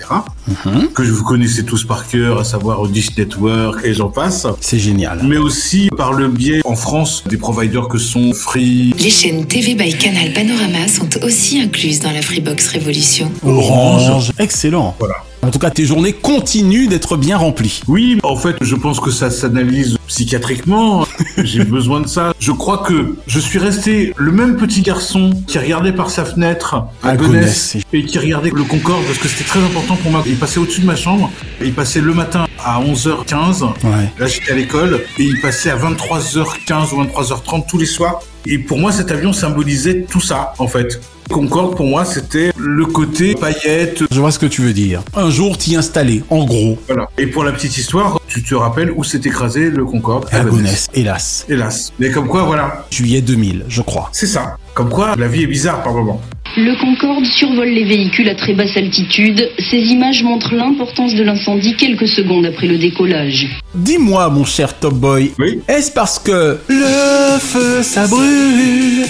Speaker 7: Que vous connaissez tous par cœur, à savoir Dish Network et j'en passe.
Speaker 6: C'est génial.
Speaker 7: Mais aussi par le biais en France des providers que sont Free,
Speaker 21: Les chaînes TV by Canal Panorama sont aussi incluses dans la Freebox Révolution.
Speaker 6: Orange. Excellent.
Speaker 7: voilà.
Speaker 6: En tout cas, tes journées continuent d'être bien remplies.
Speaker 7: Oui, en fait, je pense que ça s'analyse psychiatriquement. (laughs) J'ai besoin de ça. Je crois que je suis resté le même petit garçon qui regardait par sa fenêtre à
Speaker 6: À
Speaker 7: Gonesse
Speaker 6: Gonesse.
Speaker 7: et qui regardait le Concorde parce que c'était très important pour moi. Il passait au-dessus de ma chambre. Il passait le matin à 11h15.
Speaker 6: Ouais.
Speaker 7: Là, j'étais à l'école et il passait à 23h15 ou 23h30 tous les soirs. Et pour moi, cet avion symbolisait tout ça, en fait. Concorde, pour moi, c'était le côté paillettes,
Speaker 6: Je vois ce que tu veux dire. Un jour t'y installer, en gros,
Speaker 7: voilà. Et pour la petite histoire, tu te rappelles où s'est écrasé le Concorde
Speaker 6: à
Speaker 7: Gonesse.
Speaker 6: Gonesse, hélas.
Speaker 7: Hélas. Mais comme quoi, voilà,
Speaker 6: Juillet 2000, je crois.
Speaker 7: c'est ça. Comme quoi, la vie est bizarre par moment.
Speaker 24: Le Concorde survole les véhicules à très basse altitude. Ces images montrent l'importance de l'incendie quelques secondes après le décollage.
Speaker 6: Dis-moi, mon cher Top Boy,
Speaker 7: Oui.
Speaker 6: est-ce parce que le feu ça brûle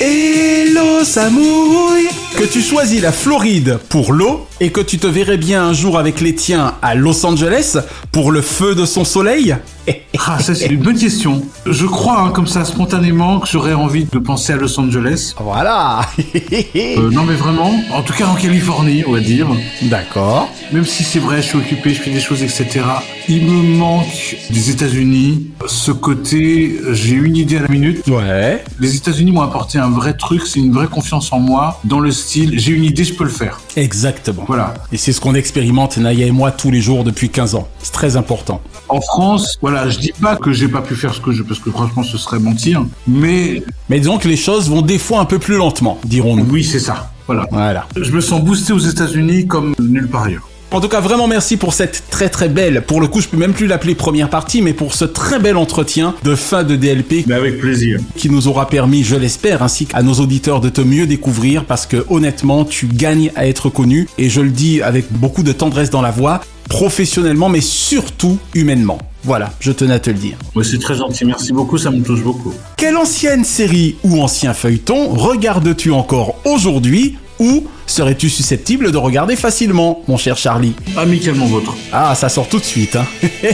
Speaker 6: et l'eau ça mouille que tu choisis la Floride pour l'eau et que tu te verrais bien un jour avec les tiens à Los Angeles pour le feu de son soleil (laughs)
Speaker 7: Ah, ça, c'est une bonne question. Je crois, hein, comme ça, spontanément, que j'aurais envie de penser à Los Angeles.
Speaker 6: Voilà (laughs)
Speaker 7: Euh, non, mais vraiment, en tout cas en Californie, on va dire.
Speaker 6: D'accord.
Speaker 7: Même si c'est vrai, je suis occupé, je fais des choses, etc. Il me manque des États-Unis. Ce côté, euh, j'ai une idée à la minute.
Speaker 6: Ouais.
Speaker 7: Les États-Unis m'ont apporté un vrai truc, c'est une vraie confiance en moi, dans le style, j'ai une idée, je peux le faire.
Speaker 6: Exactement.
Speaker 7: Voilà.
Speaker 6: Et c'est ce qu'on expérimente, Naya et moi, tous les jours depuis 15 ans. C'est très important.
Speaker 7: En France, voilà, je dis pas que j'ai pas pu faire ce que je, parce que franchement, ce serait mentir, mais
Speaker 6: Mais disons que les choses vont des fois un peu plus lentement, dirons-nous.
Speaker 7: oui, c'est ça. Voilà.
Speaker 6: Voilà.
Speaker 7: Je me sens boosté aux États-Unis comme nulle part ailleurs.
Speaker 6: En tout cas, vraiment merci pour cette très très belle, pour le coup, je peux même plus l'appeler première partie, mais pour ce très bel entretien de fin de DLP
Speaker 7: Mais avec plaisir.
Speaker 6: qui nous aura permis, je l'espère, ainsi qu'à nos auditeurs de te mieux découvrir parce que honnêtement, tu gagnes à être connu et je le dis avec beaucoup de tendresse dans la voix, professionnellement mais surtout humainement. Voilà, je tenais à te le dire.
Speaker 7: Ouais, c'est très gentil. Merci beaucoup. Ça me touche beaucoup.
Speaker 6: Quelle ancienne série ou ancien feuilleton regardes-tu encore aujourd'hui ou serais-tu susceptible de regarder facilement, mon cher Charlie
Speaker 7: Amicalement vôtre.
Speaker 6: Ah, ça sort tout de suite, hein (laughs)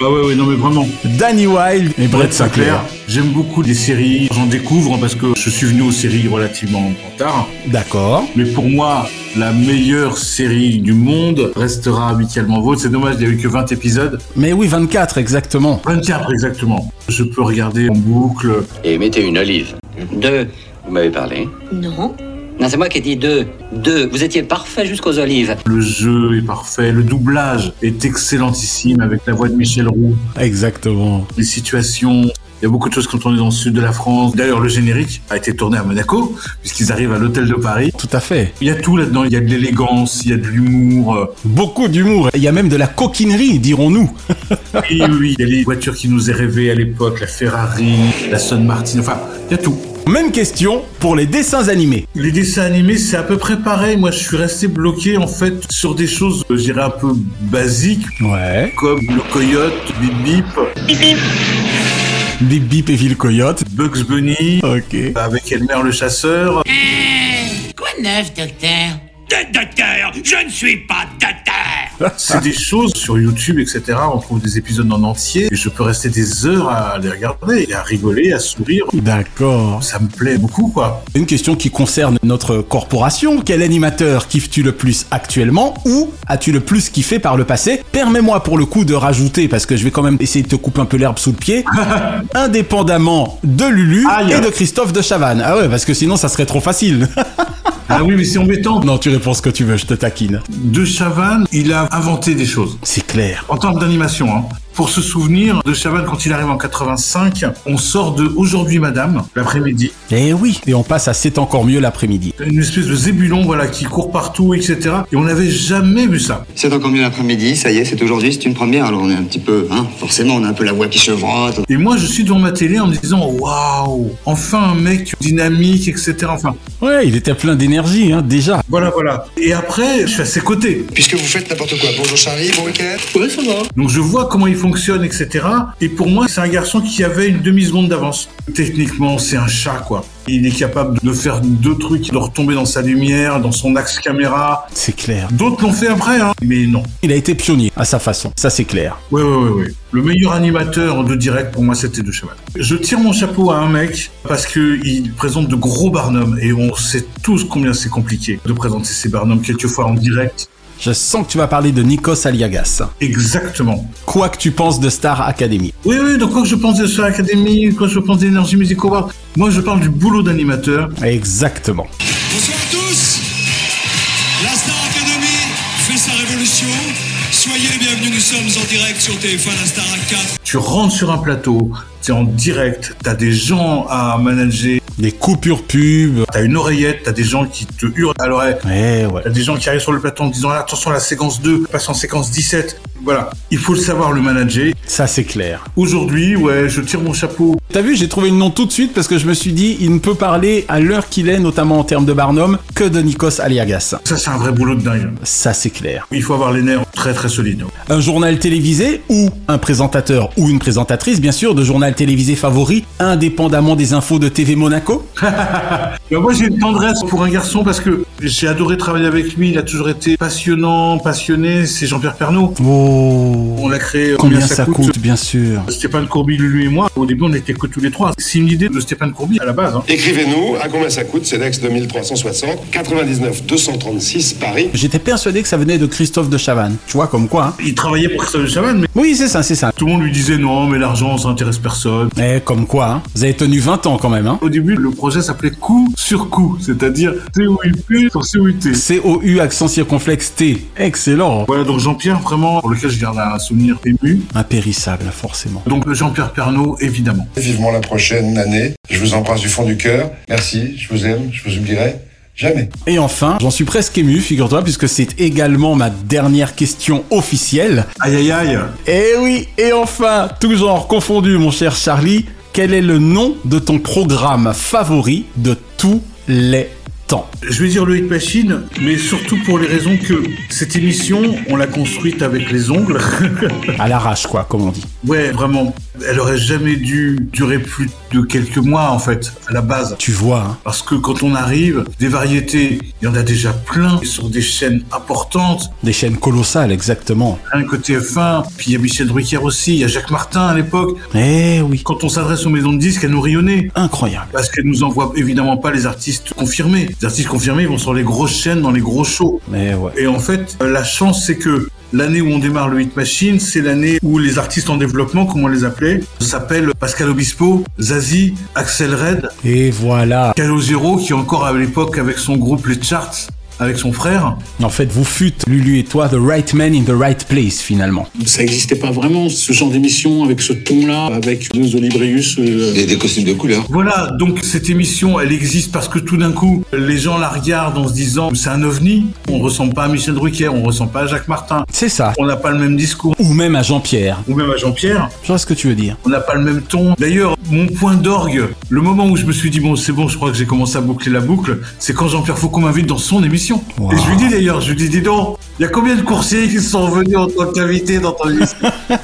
Speaker 7: Bah ouais, ouais, non mais vraiment.
Speaker 6: Danny Wilde et Brett Sinclair.
Speaker 7: J'aime beaucoup les séries, j'en découvre parce que je suis venu aux séries relativement tard.
Speaker 6: D'accord.
Speaker 7: Mais pour moi, la meilleure série du monde restera amicalement vôtre. C'est dommage, il n'y a eu que 20 épisodes.
Speaker 6: Mais oui, 24 exactement.
Speaker 7: 24 exactement. Je peux regarder en boucle.
Speaker 11: Et mettez une olive. Deux, vous m'avez parlé.
Speaker 24: Non.
Speaker 11: Non, c'est moi qui ai dit deux. Deux, vous étiez parfait jusqu'aux olives.
Speaker 7: Le jeu est parfait, le doublage est excellentissime avec la voix de Michel Roux.
Speaker 6: Exactement.
Speaker 7: Les situations, il y a beaucoup de choses quand on est dans le sud de la France. D'ailleurs, le générique a été tourné à Monaco, puisqu'ils arrivent à l'hôtel de Paris.
Speaker 6: Tout à fait.
Speaker 7: Il y a tout là-dedans, il y a de l'élégance, il y a de l'humour. euh,
Speaker 6: Beaucoup d'humour. Il y a même de la coquinerie, dirons-nous. (laughs)
Speaker 7: Oui, oui, oui, il y a les voitures qui nous est rêvées à l'époque, la Ferrari, la Son Martin, enfin, il y a tout.
Speaker 6: Même question pour les dessins animés.
Speaker 7: Les dessins animés, c'est à peu près pareil. Moi, je suis resté bloqué, en fait, sur des choses, euh, je dirais, un peu basiques,
Speaker 6: Ouais.
Speaker 7: comme le coyote, Bip Bip,
Speaker 6: Bip Bip et Ville Coyote.
Speaker 7: Bugs Bunny,
Speaker 6: Ok.
Speaker 7: avec Elmer le chasseur.
Speaker 12: Eh, Quoi de neuf, docteur Docteur, je ne suis pas docteur
Speaker 7: (laughs) C'est des choses sur YouTube, etc. On trouve des épisodes en entier et je peux rester des heures à les regarder et à rigoler, à sourire.
Speaker 6: D'accord.
Speaker 7: Ça me plaît beaucoup, quoi.
Speaker 6: Une question qui concerne notre corporation. Quel animateur kiffes-tu le plus actuellement ou as-tu le plus kiffé par le passé Permets-moi pour le coup de rajouter, parce que je vais quand même essayer de te couper un peu l'herbe sous le (laughs) pied, indépendamment de Lulu
Speaker 7: Aïe.
Speaker 6: et de Christophe de Chavannes. Ah ouais, parce que sinon ça serait trop (laughs) facile.
Speaker 7: Ah oui, mais c'est embêtant.
Speaker 6: non, tu réponds ce que tu veux, je te taquine.
Speaker 7: De Chavannes, il a inventé des choses.
Speaker 6: C'est clair.
Speaker 7: En termes d'animation, hein. Pour se souvenir de Chavannes quand il arrive en 85, on sort de Aujourd'hui Madame, l'après-midi.
Speaker 6: Eh oui, et on passe à C'est encore mieux l'après-midi.
Speaker 7: Une espèce de zébulon, voilà, qui court partout, etc. Et on n'avait jamais vu ça.
Speaker 5: C'est encore mieux l'après-midi, ça y est, c'est aujourd'hui, c'est une première, alors on est un petit peu, hein, forcément, on a un peu la voix qui chevrotte.
Speaker 7: Et moi, je suis devant ma télé en me disant, waouh, enfin un mec dynamique, etc. Enfin,
Speaker 6: Ouais, il était plein d'énergie, hein, déjà.
Speaker 7: Voilà, voilà. Et après, je suis à ses côtés.
Speaker 5: Puisque vous faites n'importe quoi. Bonjour Charlie, bon week-end.
Speaker 7: Ouais, ça va. Donc je vois comment il fonctionne, etc. Et pour moi, c'est un garçon qui avait une demi-seconde d'avance. Techniquement, c'est un chat, quoi. Il est capable de faire deux trucs, de retomber dans sa lumière, dans son axe caméra.
Speaker 6: C'est clair.
Speaker 7: D'autres l'ont fait après, hein. Mais non.
Speaker 6: Il a été pionnier à sa façon, ça c'est clair.
Speaker 7: Ouais, ouais, ouais, ouais. Le meilleur animateur de direct, pour moi, c'était De Chaval. Je tire mon chapeau à un mec parce que il présente de gros barnums et on sait tous combien c'est compliqué de présenter ces barnums quelquefois en direct.
Speaker 6: Je sens que tu vas parler de Nikos Aliagas.
Speaker 7: Exactement.
Speaker 6: Quoi que tu penses de Star Academy.
Speaker 7: Oui, oui, donc quoi que je pense de Star Academy, quoi que je pense d'énergie Music Award, moi je parle du boulot d'animateur.
Speaker 6: Exactement.
Speaker 18: Bonsoir à tous La Star Academy fait sa révolution. Soyez les bienvenus, nous sommes en direct sur téléphone à Star 4.
Speaker 7: Tu rentres sur un plateau, t'es en direct, t'as des gens à manager,
Speaker 6: Des coupures pub.
Speaker 7: t'as une oreillette, t'as des gens qui te hurlent à l'oreille,
Speaker 6: Eh ouais.
Speaker 7: t'as Euh, des gens qui arrivent sur le plateau en disant Ah, attention la séquence 2 passe en séquence 17. Voilà, il faut le savoir le manager.
Speaker 6: Ça c'est clair.
Speaker 7: Aujourd'hui, ouais, je tire mon chapeau.
Speaker 6: T'as vu, j'ai trouvé le nom tout de suite parce que je me suis dit, il ne peut parler à l'heure qu'il est, notamment en termes de Barnum, que de Nikos Aliagas.
Speaker 7: Ça, c'est un vrai boulot de dingue.
Speaker 6: Ça c'est clair.
Speaker 7: Il faut avoir les nerfs très très solides.
Speaker 6: Un journal télévisé ou un présentateur ou une présentatrice, bien sûr, de journal télévisé favori, indépendamment des infos de TV Monaco.
Speaker 7: Bah, moi, j'ai une tendresse pour un garçon parce que j'ai adoré travailler avec lui. Il a toujours été passionnant, passionné. C'est Jean-Pierre Pernaud.
Speaker 6: Oh.
Speaker 7: On l'a créé. euh,
Speaker 6: Combien ça coûte, bien sûr.
Speaker 7: Stéphane Courby, lui et moi, au début, on n'était que tous les trois. C'est une idée de Stéphane Courby à la base. hein.
Speaker 13: Écrivez-nous à combien ça coûte, c'est l'ex 2360 99 236 Paris.
Speaker 6: J'étais persuadé que ça venait de Christophe de Chavannes. Tu vois, comme quoi. hein.
Speaker 7: Il travaillait pour Christophe de Chavannes, mais
Speaker 6: Oui, c'est ça, c'est ça.
Speaker 7: tout le monde lui disait non, mais l'argent, ça intéresse personne.
Speaker 6: Eh, comme quoi, hein. vous avez tenu 20 ans quand même. Hein.
Speaker 7: Au début, le projet s'appelait coup sur coup, c'est-à-dire T-O-U-P sur C-O-U-T.
Speaker 6: COU accent circonflexe T. Excellent.
Speaker 7: Voilà, donc Jean-Pierre, vraiment, pour lequel je garde un souvenir ému.
Speaker 6: Impérissable, forcément.
Speaker 7: Donc Jean-Pierre Pernaud, évidemment.
Speaker 13: Vivement la prochaine année. Je vous embrasse du fond du cœur. Merci, je vous aime, je vous oublierai jamais.
Speaker 6: Et enfin, j'en suis presque ému, figure-toi, puisque c'est également ma dernière question officielle.
Speaker 7: Aïe, aïe, aïe.
Speaker 6: Et oui, et enfin, tout genre confondu, mon cher Charlie, quel est le nom de ton programme favori de tous les temps
Speaker 7: Je vais dire le Hit Machine, mais surtout pour les raisons que cette émission, on l'a construite avec les ongles. (laughs)
Speaker 6: À l'arrache, quoi, comme on dit.
Speaker 7: ouais, vraiment. Elle aurait jamais dû durer plus de quelques mois, en fait, à la base.
Speaker 6: Tu vois, hein.
Speaker 7: Parce que quand on arrive, des variétés, il y en a déjà plein sur des chaînes importantes.
Speaker 6: Des chaînes colossales, exactement.
Speaker 7: Un côté F1, puis il y a Michel Drucker aussi, il y a Jacques Martin à l'époque.
Speaker 6: Eh oui.
Speaker 7: Quand on s'adresse aux maisons de disques, elles nous rayonnaient.
Speaker 6: Incroyable.
Speaker 7: Parce qu'elles nous envoient évidemment pas les artistes confirmés. Les artistes confirmés, ils vont sur les grosses chaînes, dans les gros shows.
Speaker 6: Mais Eh ouais.
Speaker 7: Et en fait, euh, la chance, c'est que l'année où on démarre le Hit Machine, c'est l'année où les artistes en développement, comme on les appelait, s'appellent Pascal Obispo, Zazie, Axel Red,
Speaker 6: Et voilà.
Speaker 7: Calogero, qui encore à l'époque, avec son groupe Les Charts, avec son frère,
Speaker 6: En fait, vous fûtes, Lulu et toi, the right man in the right place, finalement.
Speaker 4: Ça n'existait pas vraiment, ce genre d'émission, avec ce euh, ton-là, avec deux Olibrius.
Speaker 3: euh,
Speaker 14: Et des costumes de couleur.
Speaker 7: Voilà, donc cette émission, elle existe parce que tout d'un coup, les gens la regardent en se disant c'est un ovni. On ressemble pas à Michel Drucker, on ressemble pas à Jacques Martin,
Speaker 6: C'est ça.
Speaker 7: on n'a pas le même discours.
Speaker 6: Ou même à Jean-Pierre.
Speaker 7: Ou même à Jean-Pierre,
Speaker 6: Je vois ce que tu veux dire. (laughs)
Speaker 7: on n'a pas le même ton. D'ailleurs, mon point d'orgue, le moment où je me suis dit bon c'est bon, je crois que j'ai commencé à boucler la boucle, c'est quand Jean-Pierre Foucault m'invite dans son émission.
Speaker 6: Wow.
Speaker 7: Et je lui dis d'ailleurs, je lui dis dis donc, il y a combien de coursiers qui sont venus en tant qu'invités dans ton émission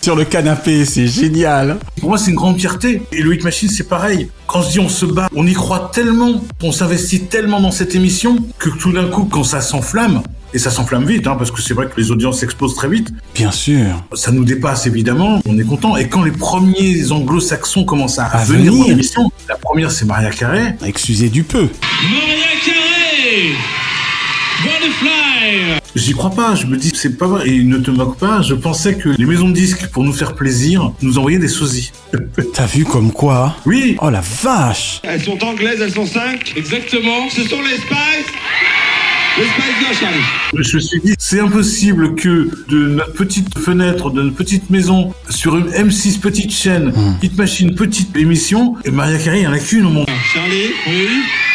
Speaker 6: Sur le canapé, c'est génial.
Speaker 7: Pour moi, c'est une grande fierté. Et le Hit Machine, c'est pareil. Quand je dis on se bat, on y croit tellement, on s'investit tellement dans cette émission que tout d'un coup, quand ça s'enflamme, et ça s'enflamme vite, hein, parce que c'est vrai que les audiences s'explosent très vite,
Speaker 6: Bien sûr.
Speaker 7: ça nous dépasse évidemment, on est content. Et quand les premiers anglo-saxons commencent à,
Speaker 6: À
Speaker 7: venir dans
Speaker 6: venir.
Speaker 7: l'émission, la première c'est Maria Carré,
Speaker 6: Excusez du peu.
Speaker 18: Maria Carré Butterfly
Speaker 7: j'y crois pas, je me dis c'est pas vrai, et ne te moque pas, je pensais que les maisons de disques, pour nous faire plaisir, nous envoyaient des sosies. (laughs)
Speaker 6: T'as vu comme quoi
Speaker 7: Oui,
Speaker 6: Oh la vache
Speaker 1: Elles sont anglaises, elles sont cinq.
Speaker 18: Exactement.
Speaker 1: Ce sont les Spice. Les Spice Girls, Charlie.
Speaker 7: Je me suis dit, c'est impossible que de notre petite fenêtre, de notre petite maison, sur une M6 petite chaîne,
Speaker 6: Hmm.
Speaker 7: Hit Machine petite émission, et Maria Carey, il y en a qu'une au monde.
Speaker 1: Charlie,
Speaker 18: Oui.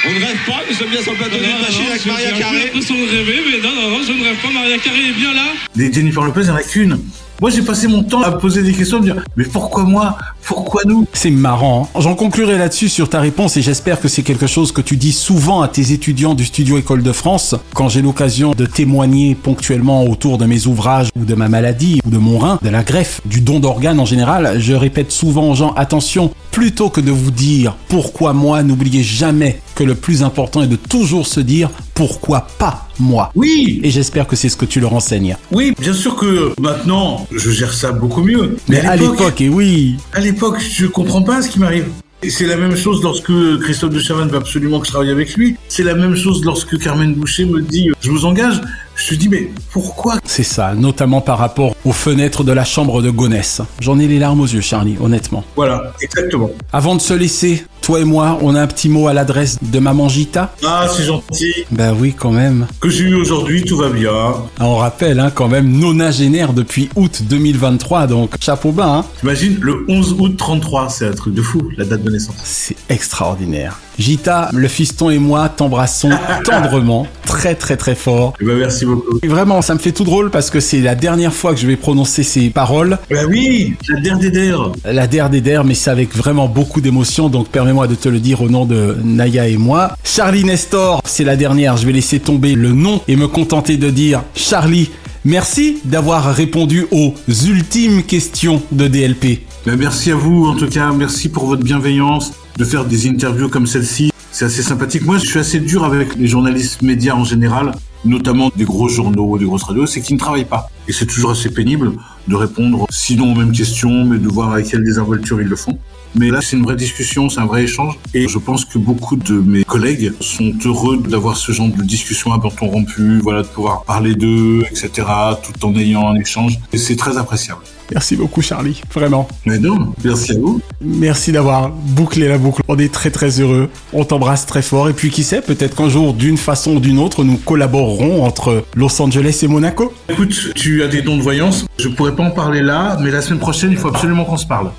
Speaker 1: on ne rêve pas, nous sommes bien sur le plateau
Speaker 18: Non,
Speaker 1: de
Speaker 18: non,
Speaker 1: Machine
Speaker 18: non,
Speaker 1: avec
Speaker 18: j'ai-
Speaker 1: Maria
Speaker 18: j'ai un peu
Speaker 1: Carré.
Speaker 18: l'impression de rêver, mais non, non, non, je ne rêve pas. Maria Carré est bien là.
Speaker 7: Les Jennifer Lopez, il y en a qu'une. Moi, j'ai passé mon temps à me poser des questions, à me dire, mais pourquoi moi Pourquoi nous
Speaker 6: C'est marrant. hein. J'en conclurai là-dessus sur ta réponse et j'espère que c'est quelque chose que tu dis souvent à tes étudiants du studio École de France quand j'ai l'occasion de témoigner ponctuellement autour de mes ouvrages ou de ma maladie ou de mon rein, de la greffe, du don d'organes en général. Je répète souvent aux gens, attention, plutôt que de vous dire pourquoi moi, n'oubliez jamais que le plus important est de toujours se dire pourquoi pas moi.
Speaker 7: Oui,
Speaker 6: Et j'espère que c'est ce que tu leur enseignes.
Speaker 7: oui, bien sûr que maintenant, je gère ça beaucoup mieux.
Speaker 6: Mais à l'époque, et oui,
Speaker 7: À l'époque, je comprends pas ce qui m'arrive. Et c'est la même chose lorsque Christophe de Chavannes veut absolument que je travaille avec lui. C'est la même chose lorsque Carmen Boucher me dit euh, je vous engage. Je lui dis mais pourquoi
Speaker 6: c'est ça, notamment par rapport aux fenêtres de la chambre de Gonesse. J'en ai les larmes aux yeux, Charlie, honnêtement.
Speaker 7: Voilà, exactement.
Speaker 6: Avant de se laisser, toi et moi, on a un petit mot à l'adresse de maman Gita
Speaker 7: Ah, c'est gentil.
Speaker 6: Ben oui, quand même.
Speaker 7: Que j'ai eu aujourd'hui, tout va bien.
Speaker 6: Ah, on rappelle, hein, quand même, nonagénaire depuis août 2023, donc chapeau bas, hein.
Speaker 7: T'imagines, le 11 août 33, c'est un truc de fou, la date de naissance.
Speaker 6: C'est extraordinaire. Gita, le fiston et moi (laughs) t'embrassons tendrement, très très très fort.
Speaker 7: Eh ben, merci beaucoup.
Speaker 6: Et vraiment, ça me fait tout drôle parce que c'est la dernière fois que je vais prononcer ces paroles.
Speaker 7: Bah oui, la dernière d'air.
Speaker 6: La der des der, mais c'est avec vraiment beaucoup d'émotion, donc permets-moi de te le dire au nom de Naya et moi. Charlie Nestor, c'est la dernière, je vais laisser tomber le nom et me contenter de dire Charlie, merci d'avoir répondu aux ultimes questions de DLP.
Speaker 7: Ben, merci à vous, en tout cas, merci pour votre bienveillance de faire des interviews comme celle-ci. C'est assez sympathique. Moi, je suis assez dur avec les journalistes médias en général, notamment des gros journaux, des grosses radios, c'est qu'ils ne travaillent pas. Et c'est toujours assez pénible de répondre sinon aux mêmes questions, mais de voir avec quelle désinvolture ils le font. Mais là, c'est une vraie discussion, c'est un vrai échange. Et je pense que beaucoup de mes collègues sont heureux d'avoir ce genre de discussion à bâton rompu, voilà, de pouvoir parler d'eux, etc., tout en ayant un échange. Et c'est très appréciable.
Speaker 6: Merci beaucoup Charlie, vraiment.
Speaker 7: Mais non, merci à vous.
Speaker 6: Merci d'avoir bouclé la boucle. On est très très heureux. On t'embrasse très fort. Et puis qui sait, peut-être qu'un jour, d'une façon ou d'une autre, nous collaborerons entre Los Angeles et Monaco.
Speaker 7: Écoute, tu as des dons de voyance, je pourrais pas en parler là, mais la semaine prochaine, il faut absolument qu'on se parle.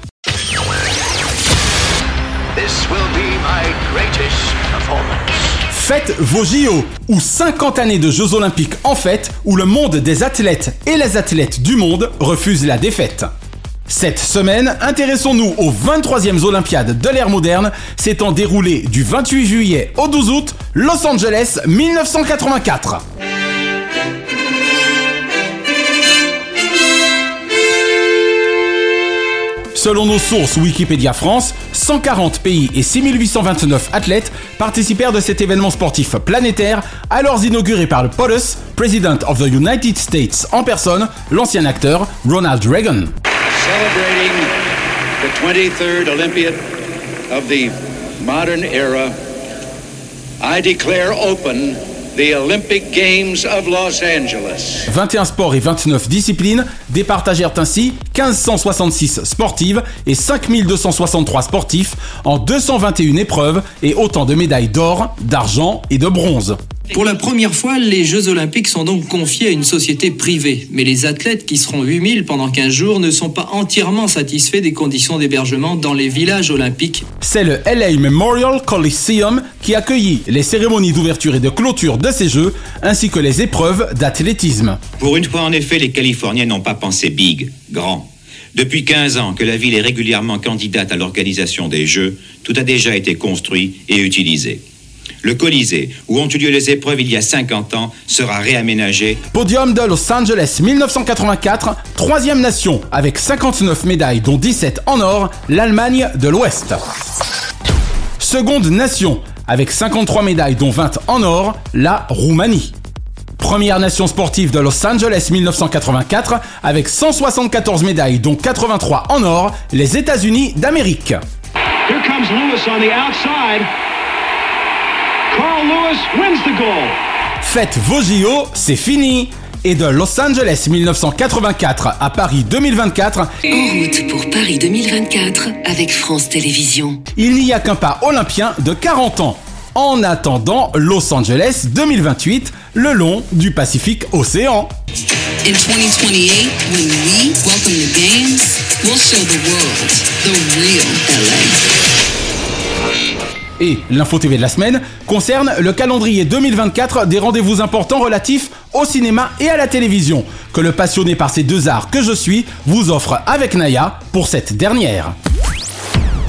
Speaker 2: This will be my greatest performance.
Speaker 6: Faites vos JO ou 50 années de Jeux Olympiques en fête où le monde des athlètes et les athlètes du monde refusent la défaite. Cette semaine, intéressons-nous aux 23e Olympiades de l'ère moderne s'étant déroulées du 28 juillet au 12 août, Los Angeles 1984. Selon nos sources Wikipédia France, 140 pays et 6829 athlètes participèrent de cet événement sportif planétaire, alors inauguré par le POTUS, President of the United States en personne, l'ancien acteur Ronald Reagan.
Speaker 1: Celebrating the 23rd Olympiad of the modern era, I declare open the Olympic Games of Los Angeles.
Speaker 6: 21 sports et 29 disciplines départagèrent ainsi 1566 sportives et 5263 sportifs en 221 épreuves et autant de médailles d'or, d'argent et de bronze.
Speaker 14: Pour la première fois, les Jeux Olympiques sont donc confiés à une société privée. Mais les athlètes, qui seront 8000 pendant 15 jours, ne sont pas entièrement satisfaits des conditions d'hébergement dans les villages olympiques.
Speaker 6: C'est le LA Memorial Coliseum qui accueillit les cérémonies d'ouverture et de clôture de ces Jeux, ainsi que les épreuves d'athlétisme.
Speaker 15: Pour une fois, en effet, les Californiens n'ont pas pensé big, grand. Depuis 15 ans que la ville est régulièrement candidate à l'organisation des Jeux, tout a déjà été construit et utilisé. Le Colisée, où ont eu lieu les épreuves il y a 50 ans, sera réaménagé
Speaker 6: Podium de Los Angeles 1984, troisième nation avec 59 médailles dont 17 en or, l'Allemagne de l'Ouest. Seconde nation avec 53 médailles dont 20 en or, la Roumanie. Première nation sportive de Los Angeles 1984 avec 174 médailles dont 83 en or, les États-Unis d'Amérique.
Speaker 17: Here comes Lewis on the outside. Carl Lewis wins the goal.
Speaker 6: Faites vos JO, c'est fini Et de Los Angeles 1984 à Paris 2024,
Speaker 21: En route pour Paris 2024 avec France Télévisions.
Speaker 6: il n'y a qu'un pas olympien de 40 ans. En attendant Los Angeles 2028, le long du Pacifique Océan.
Speaker 19: In 2028, when we welcome the games, we'll show the world the real LA.
Speaker 6: Et l'info TV de la semaine concerne le calendrier 2024 des rendez-vous importants relatifs au cinéma et à la télévision, que le passionné par ces deux arts que je suis vous offre avec Naya pour cette dernière.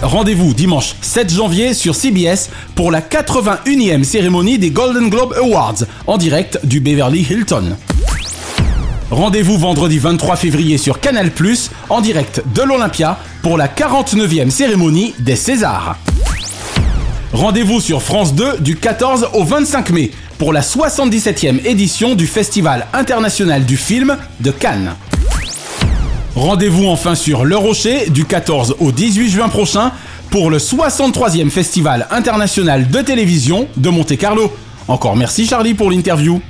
Speaker 6: Rendez-vous dimanche 7 janvier sur CBS pour la 81e cérémonie des Golden Globe Awards en direct du Beverly Hilton. Rendez-vous vendredi 23 février sur Canal ⁇ en direct de l'Olympia pour la 49e cérémonie des Césars. Rendez-vous sur France 2 du 14 au 25 mai pour la 77e édition du Festival international du film de Cannes. Rendez-vous enfin sur Le Rocher du 14 au 18 juin prochain pour le 63e Festival international de télévision de Monte-Carlo. Encore merci Charlie pour l'interview.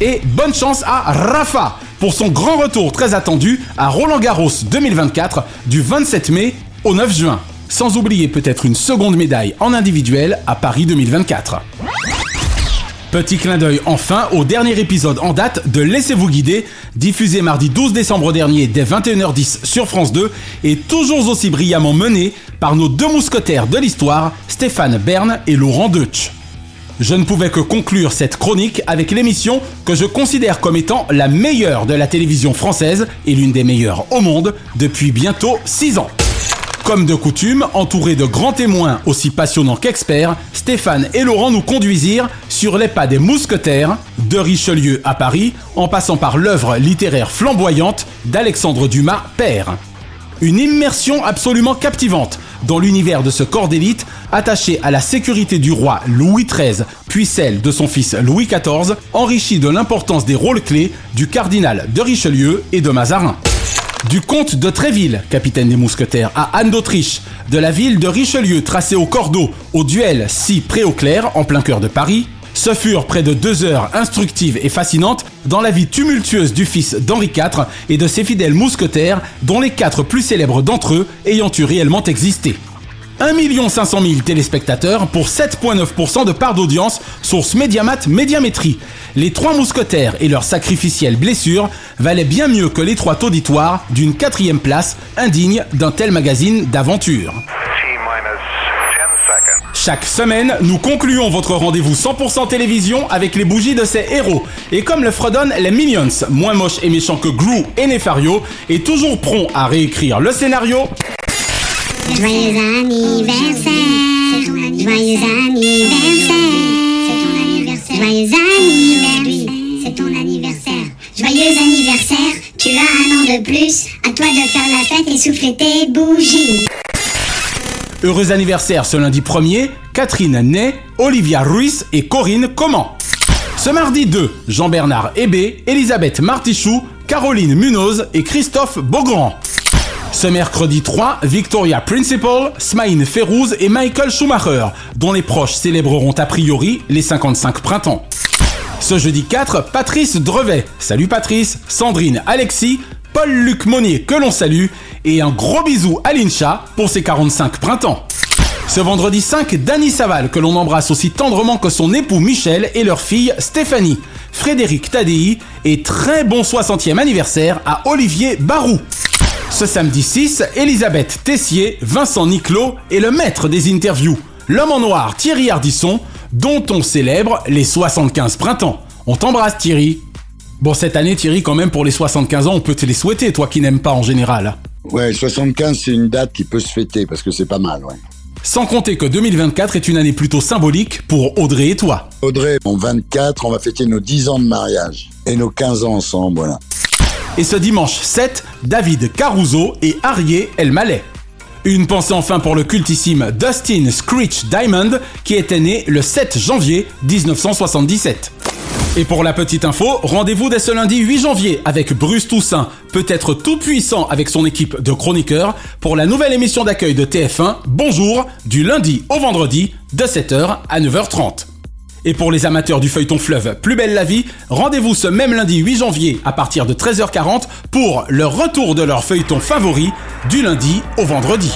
Speaker 6: Et bonne chance à Rafa pour son grand retour très attendu à Roland Garros 2024 du 27 mai au 9 juin. Sans oublier peut-être une seconde médaille en individuel à Paris 2024. Petit clin d'œil enfin au dernier épisode en date de Laissez-vous guider, diffusé mardi 12 décembre dernier dès 21h10 sur France 2 et toujours aussi brillamment mené par nos deux mousquetaires de l'histoire, Stéphane Bern et Laurent Deutsch. Je ne pouvais que conclure cette chronique avec l'émission que je considère comme étant la meilleure de la télévision française et l'une des meilleures au monde depuis bientôt 6 ans. Comme de coutume, entourés de grands témoins aussi passionnants qu'experts, Stéphane et Laurent nous conduisirent sur les pas des mousquetaires, de Richelieu à Paris, en passant par l'œuvre littéraire flamboyante d'Alexandre Dumas père. Une immersion absolument captivante dans l'univers de ce corps d'élite attaché à la sécurité du roi Louis XIII, puis celle de son fils Louis XIV, enrichi de l'importance des rôles clés du cardinal de Richelieu et de Mazarin. Du comte de Tréville, capitaine des mousquetaires, à Anne d'Autriche, de la ville de Richelieu tracée au cordeau au duel si pré au clair en plein cœur de Paris, ce furent près de deux heures instructives et fascinantes dans la vie tumultueuse du fils d'Henri IV et de ses fidèles mousquetaires, dont les quatre plus célèbres d'entre eux ayant eu réellement existé. 1 500 000 téléspectateurs pour 7,9% de part d'audience, source Mediamat Médiamétrie. Les trois mousquetaires et leurs sacrificielles blessures valaient bien mieux que l'étroit auditoire d'une quatrième place indigne d'un tel magazine d'aventure. Chaque semaine, nous concluons votre rendez-vous 100% télévision avec les bougies de ces héros. Et comme le fredonnent les Minions, moins moches et méchants que Gru et Nefario, et toujours prompt à réécrire le scénario,
Speaker 25: Joyeux anniversaire, joyeux anniversaire, joyeux anniversaire, joyeux anniversaire, joyeux anniversaire, Tu as un an de plus, à toi de faire la fête et souffler tes bougies.
Speaker 6: Heureux anniversaire ce lundi 1er, Catherine Ney, Olivia Ruiz et Corinne Comment. Ce mardi 2, Jean-Bernard Hébé, Elisabeth Martichoux, Caroline Munoz et Christophe Beaugrand. Ce mercredi 3, Victoria Principal, Smaïn Ferrouz et Michael Schumacher, dont les proches célébreront a priori les 55 printemps. Ce jeudi 4, Patrice Drevet. Salut Patrice, Sandrine Alexis, Paul-Luc Monnier que l'on salue et un gros bisou à Lincha pour ses 45 printemps. Ce vendredi 5, Dany Saval que l'on embrasse aussi tendrement que son époux Michel et leur fille Stéphanie, Frédéric Tadei et très bon 60e anniversaire à Olivier Barou. Ce samedi 6, Elisabeth Tessier, Vincent Niclot et le maître des interviews, l'homme en noir Thierry Ardisson, dont on célèbre les 75 printemps. On t'embrasse Thierry. Bon, cette année Thierry, quand même, pour les 75 ans, on peut te les souhaiter, toi qui n'aimes pas en général.
Speaker 3: Ouais, 75, c'est une date qui peut se fêter parce que c'est pas mal, ouais.
Speaker 6: Sans compter que 2024 est une année plutôt symbolique pour Audrey et toi.
Speaker 3: Audrey, en 24, on va fêter nos 10 ans de mariage et nos 15 ans ensemble, voilà.
Speaker 6: Et ce dimanche 7, David Caruso et Arié El Mallet. Une pensée enfin pour le cultissime Dustin Screech Diamond qui était né le 7 janvier 1977. Et pour la petite info, rendez-vous dès ce lundi 8 janvier avec Bruce Toussaint, peut-être tout puissant avec son équipe de chroniqueurs, pour la nouvelle émission d'accueil de TF1, Bonjour, du lundi au vendredi, de 7h à 9h30. Et pour les amateurs du feuilleton fleuve Plus belle la vie, rendez-vous ce même lundi 8 janvier à partir de 13h40 pour le retour de leur feuilleton favori du lundi au vendredi.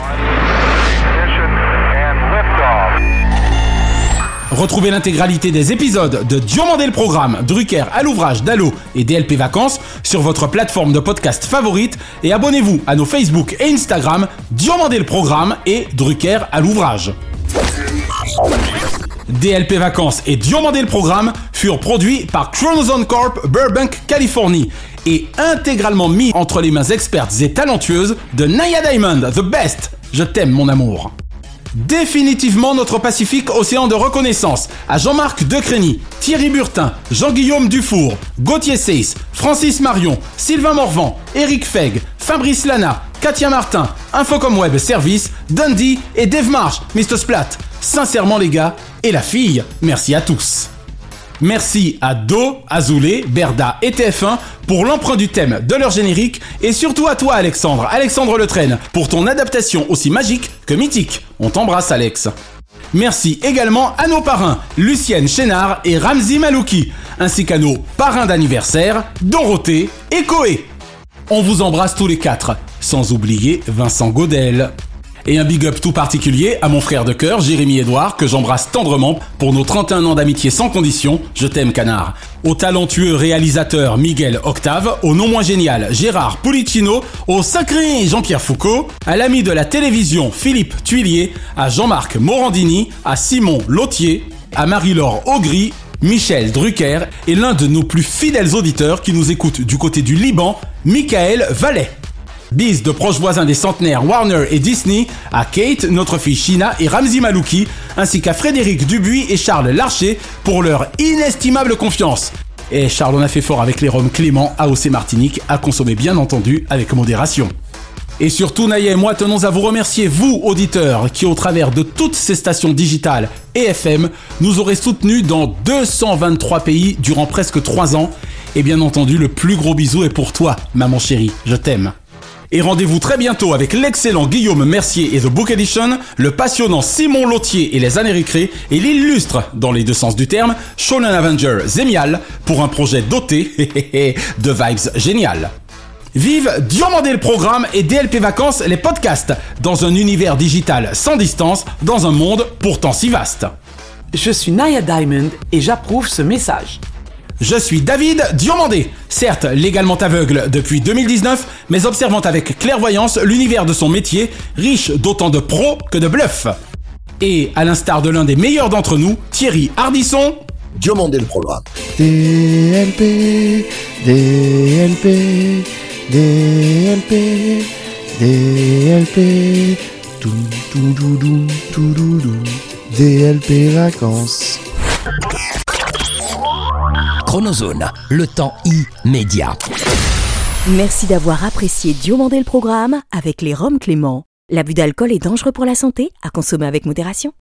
Speaker 6: Retrouvez l'intégralité des épisodes de Diomandé le programme, Drucker à l'ouvrage d'Allo et DLP Vacances sur votre plateforme de podcast favorite et abonnez-vous à nos Facebook et Instagram Diomandé le programme et Drucker à l'ouvrage. DLP Vacances et Diomandé le programme furent produits par Chronozone Corp Burbank, Californie et intégralement mis entre les mains expertes et talentueuses de Naya Diamond, The Best. Je t'aime mon amour. Définitivement notre Pacifique Océan de reconnaissance à Jean-Marc Decrény, Thierry Burtin, Jean-Guillaume Dufour, Gauthier Seyss, Francis Marion, Sylvain Morvan, Eric Feg, Fabrice Lana, Katia Martin, Infocom Web Service, Dundee et Dave Marsh, Mr. Splat. Sincèrement les gars, et la fille, merci à tous. Merci à Do, Azoulay, Berda et TF1 pour l'emprunt du thème de leur générique et surtout à toi Alexandre, Alexandre Le Traîne, pour ton adaptation aussi magique que mythique. On t'embrasse Alex. Merci également à nos parrains, Lucienne Chénard et Ramzi Malouki, ainsi qu'à nos parrains d'anniversaire, Dorothée et Koé. On vous embrasse tous les quatre, sans oublier Vincent Godel. Et un big up tout particulier à mon frère de cœur, Jérémy Edouard, que j'embrasse tendrement pour nos 31 ans d'amitié sans condition. Je t'aime, canard. Au talentueux réalisateur Miguel Octave, au non moins génial Gérard Pulicino, au sacré Jean-Pierre Foucault, à l'ami de la télévision Philippe Tuilier, à Jean-Marc Morandini, à Simon Lautier, à Marie-Laure Augry, Michel Drucker et l'un de nos plus fidèles auditeurs qui nous écoute du côté du Liban, Michael Vallet. Bis de proches voisins des centenaires Warner et Disney, à Kate, notre fille China et Ramzi Malouki, ainsi qu'à Frédéric Dubuis et Charles Larcher pour leur inestimable confiance. Et Charles en a fait fort avec les roms Clément, AOC Martinique, à consommer bien entendu avec modération. Et surtout, Naya et moi tenons à vous remercier, vous, auditeurs, qui au travers de toutes ces stations digitales et FM, nous aurez soutenus dans 223 pays durant presque 3 ans. Et bien entendu, le plus gros bisou est pour toi, maman chérie, je t'aime. Et rendez-vous très bientôt avec l'excellent Guillaume Mercier et The Book Edition, le passionnant Simon Lautier et les années récré, et l'illustre, dans les deux sens du terme, Shonen Avenger Zemial pour un projet doté (laughs) de vibes géniales. Vive Diomandé le programme et DLP Vacances les podcasts, dans un univers digital sans distance, dans un monde pourtant si vaste.
Speaker 10: Je suis Naya Diamond et j'approuve ce message.
Speaker 6: Je suis David Diomandé, certes légalement aveugle depuis 2019, mais observant avec clairvoyance l'univers de son métier, riche d'autant de pros que de bluffs. Et à l'instar de l'un des meilleurs d'entre nous, Thierry Hardisson, Diomandé le programme.
Speaker 16: DLP, DLP, DLP, DLP, tout, tout, tout, tout, tout, tout, tout, DLP vacances.
Speaker 20: Chronozone, le temps immédiat.
Speaker 2: Merci d'avoir apprécié Diomandé le programme avec les Roms Clément. L'abus d'alcool est dangereux pour la santé, à consommer avec modération.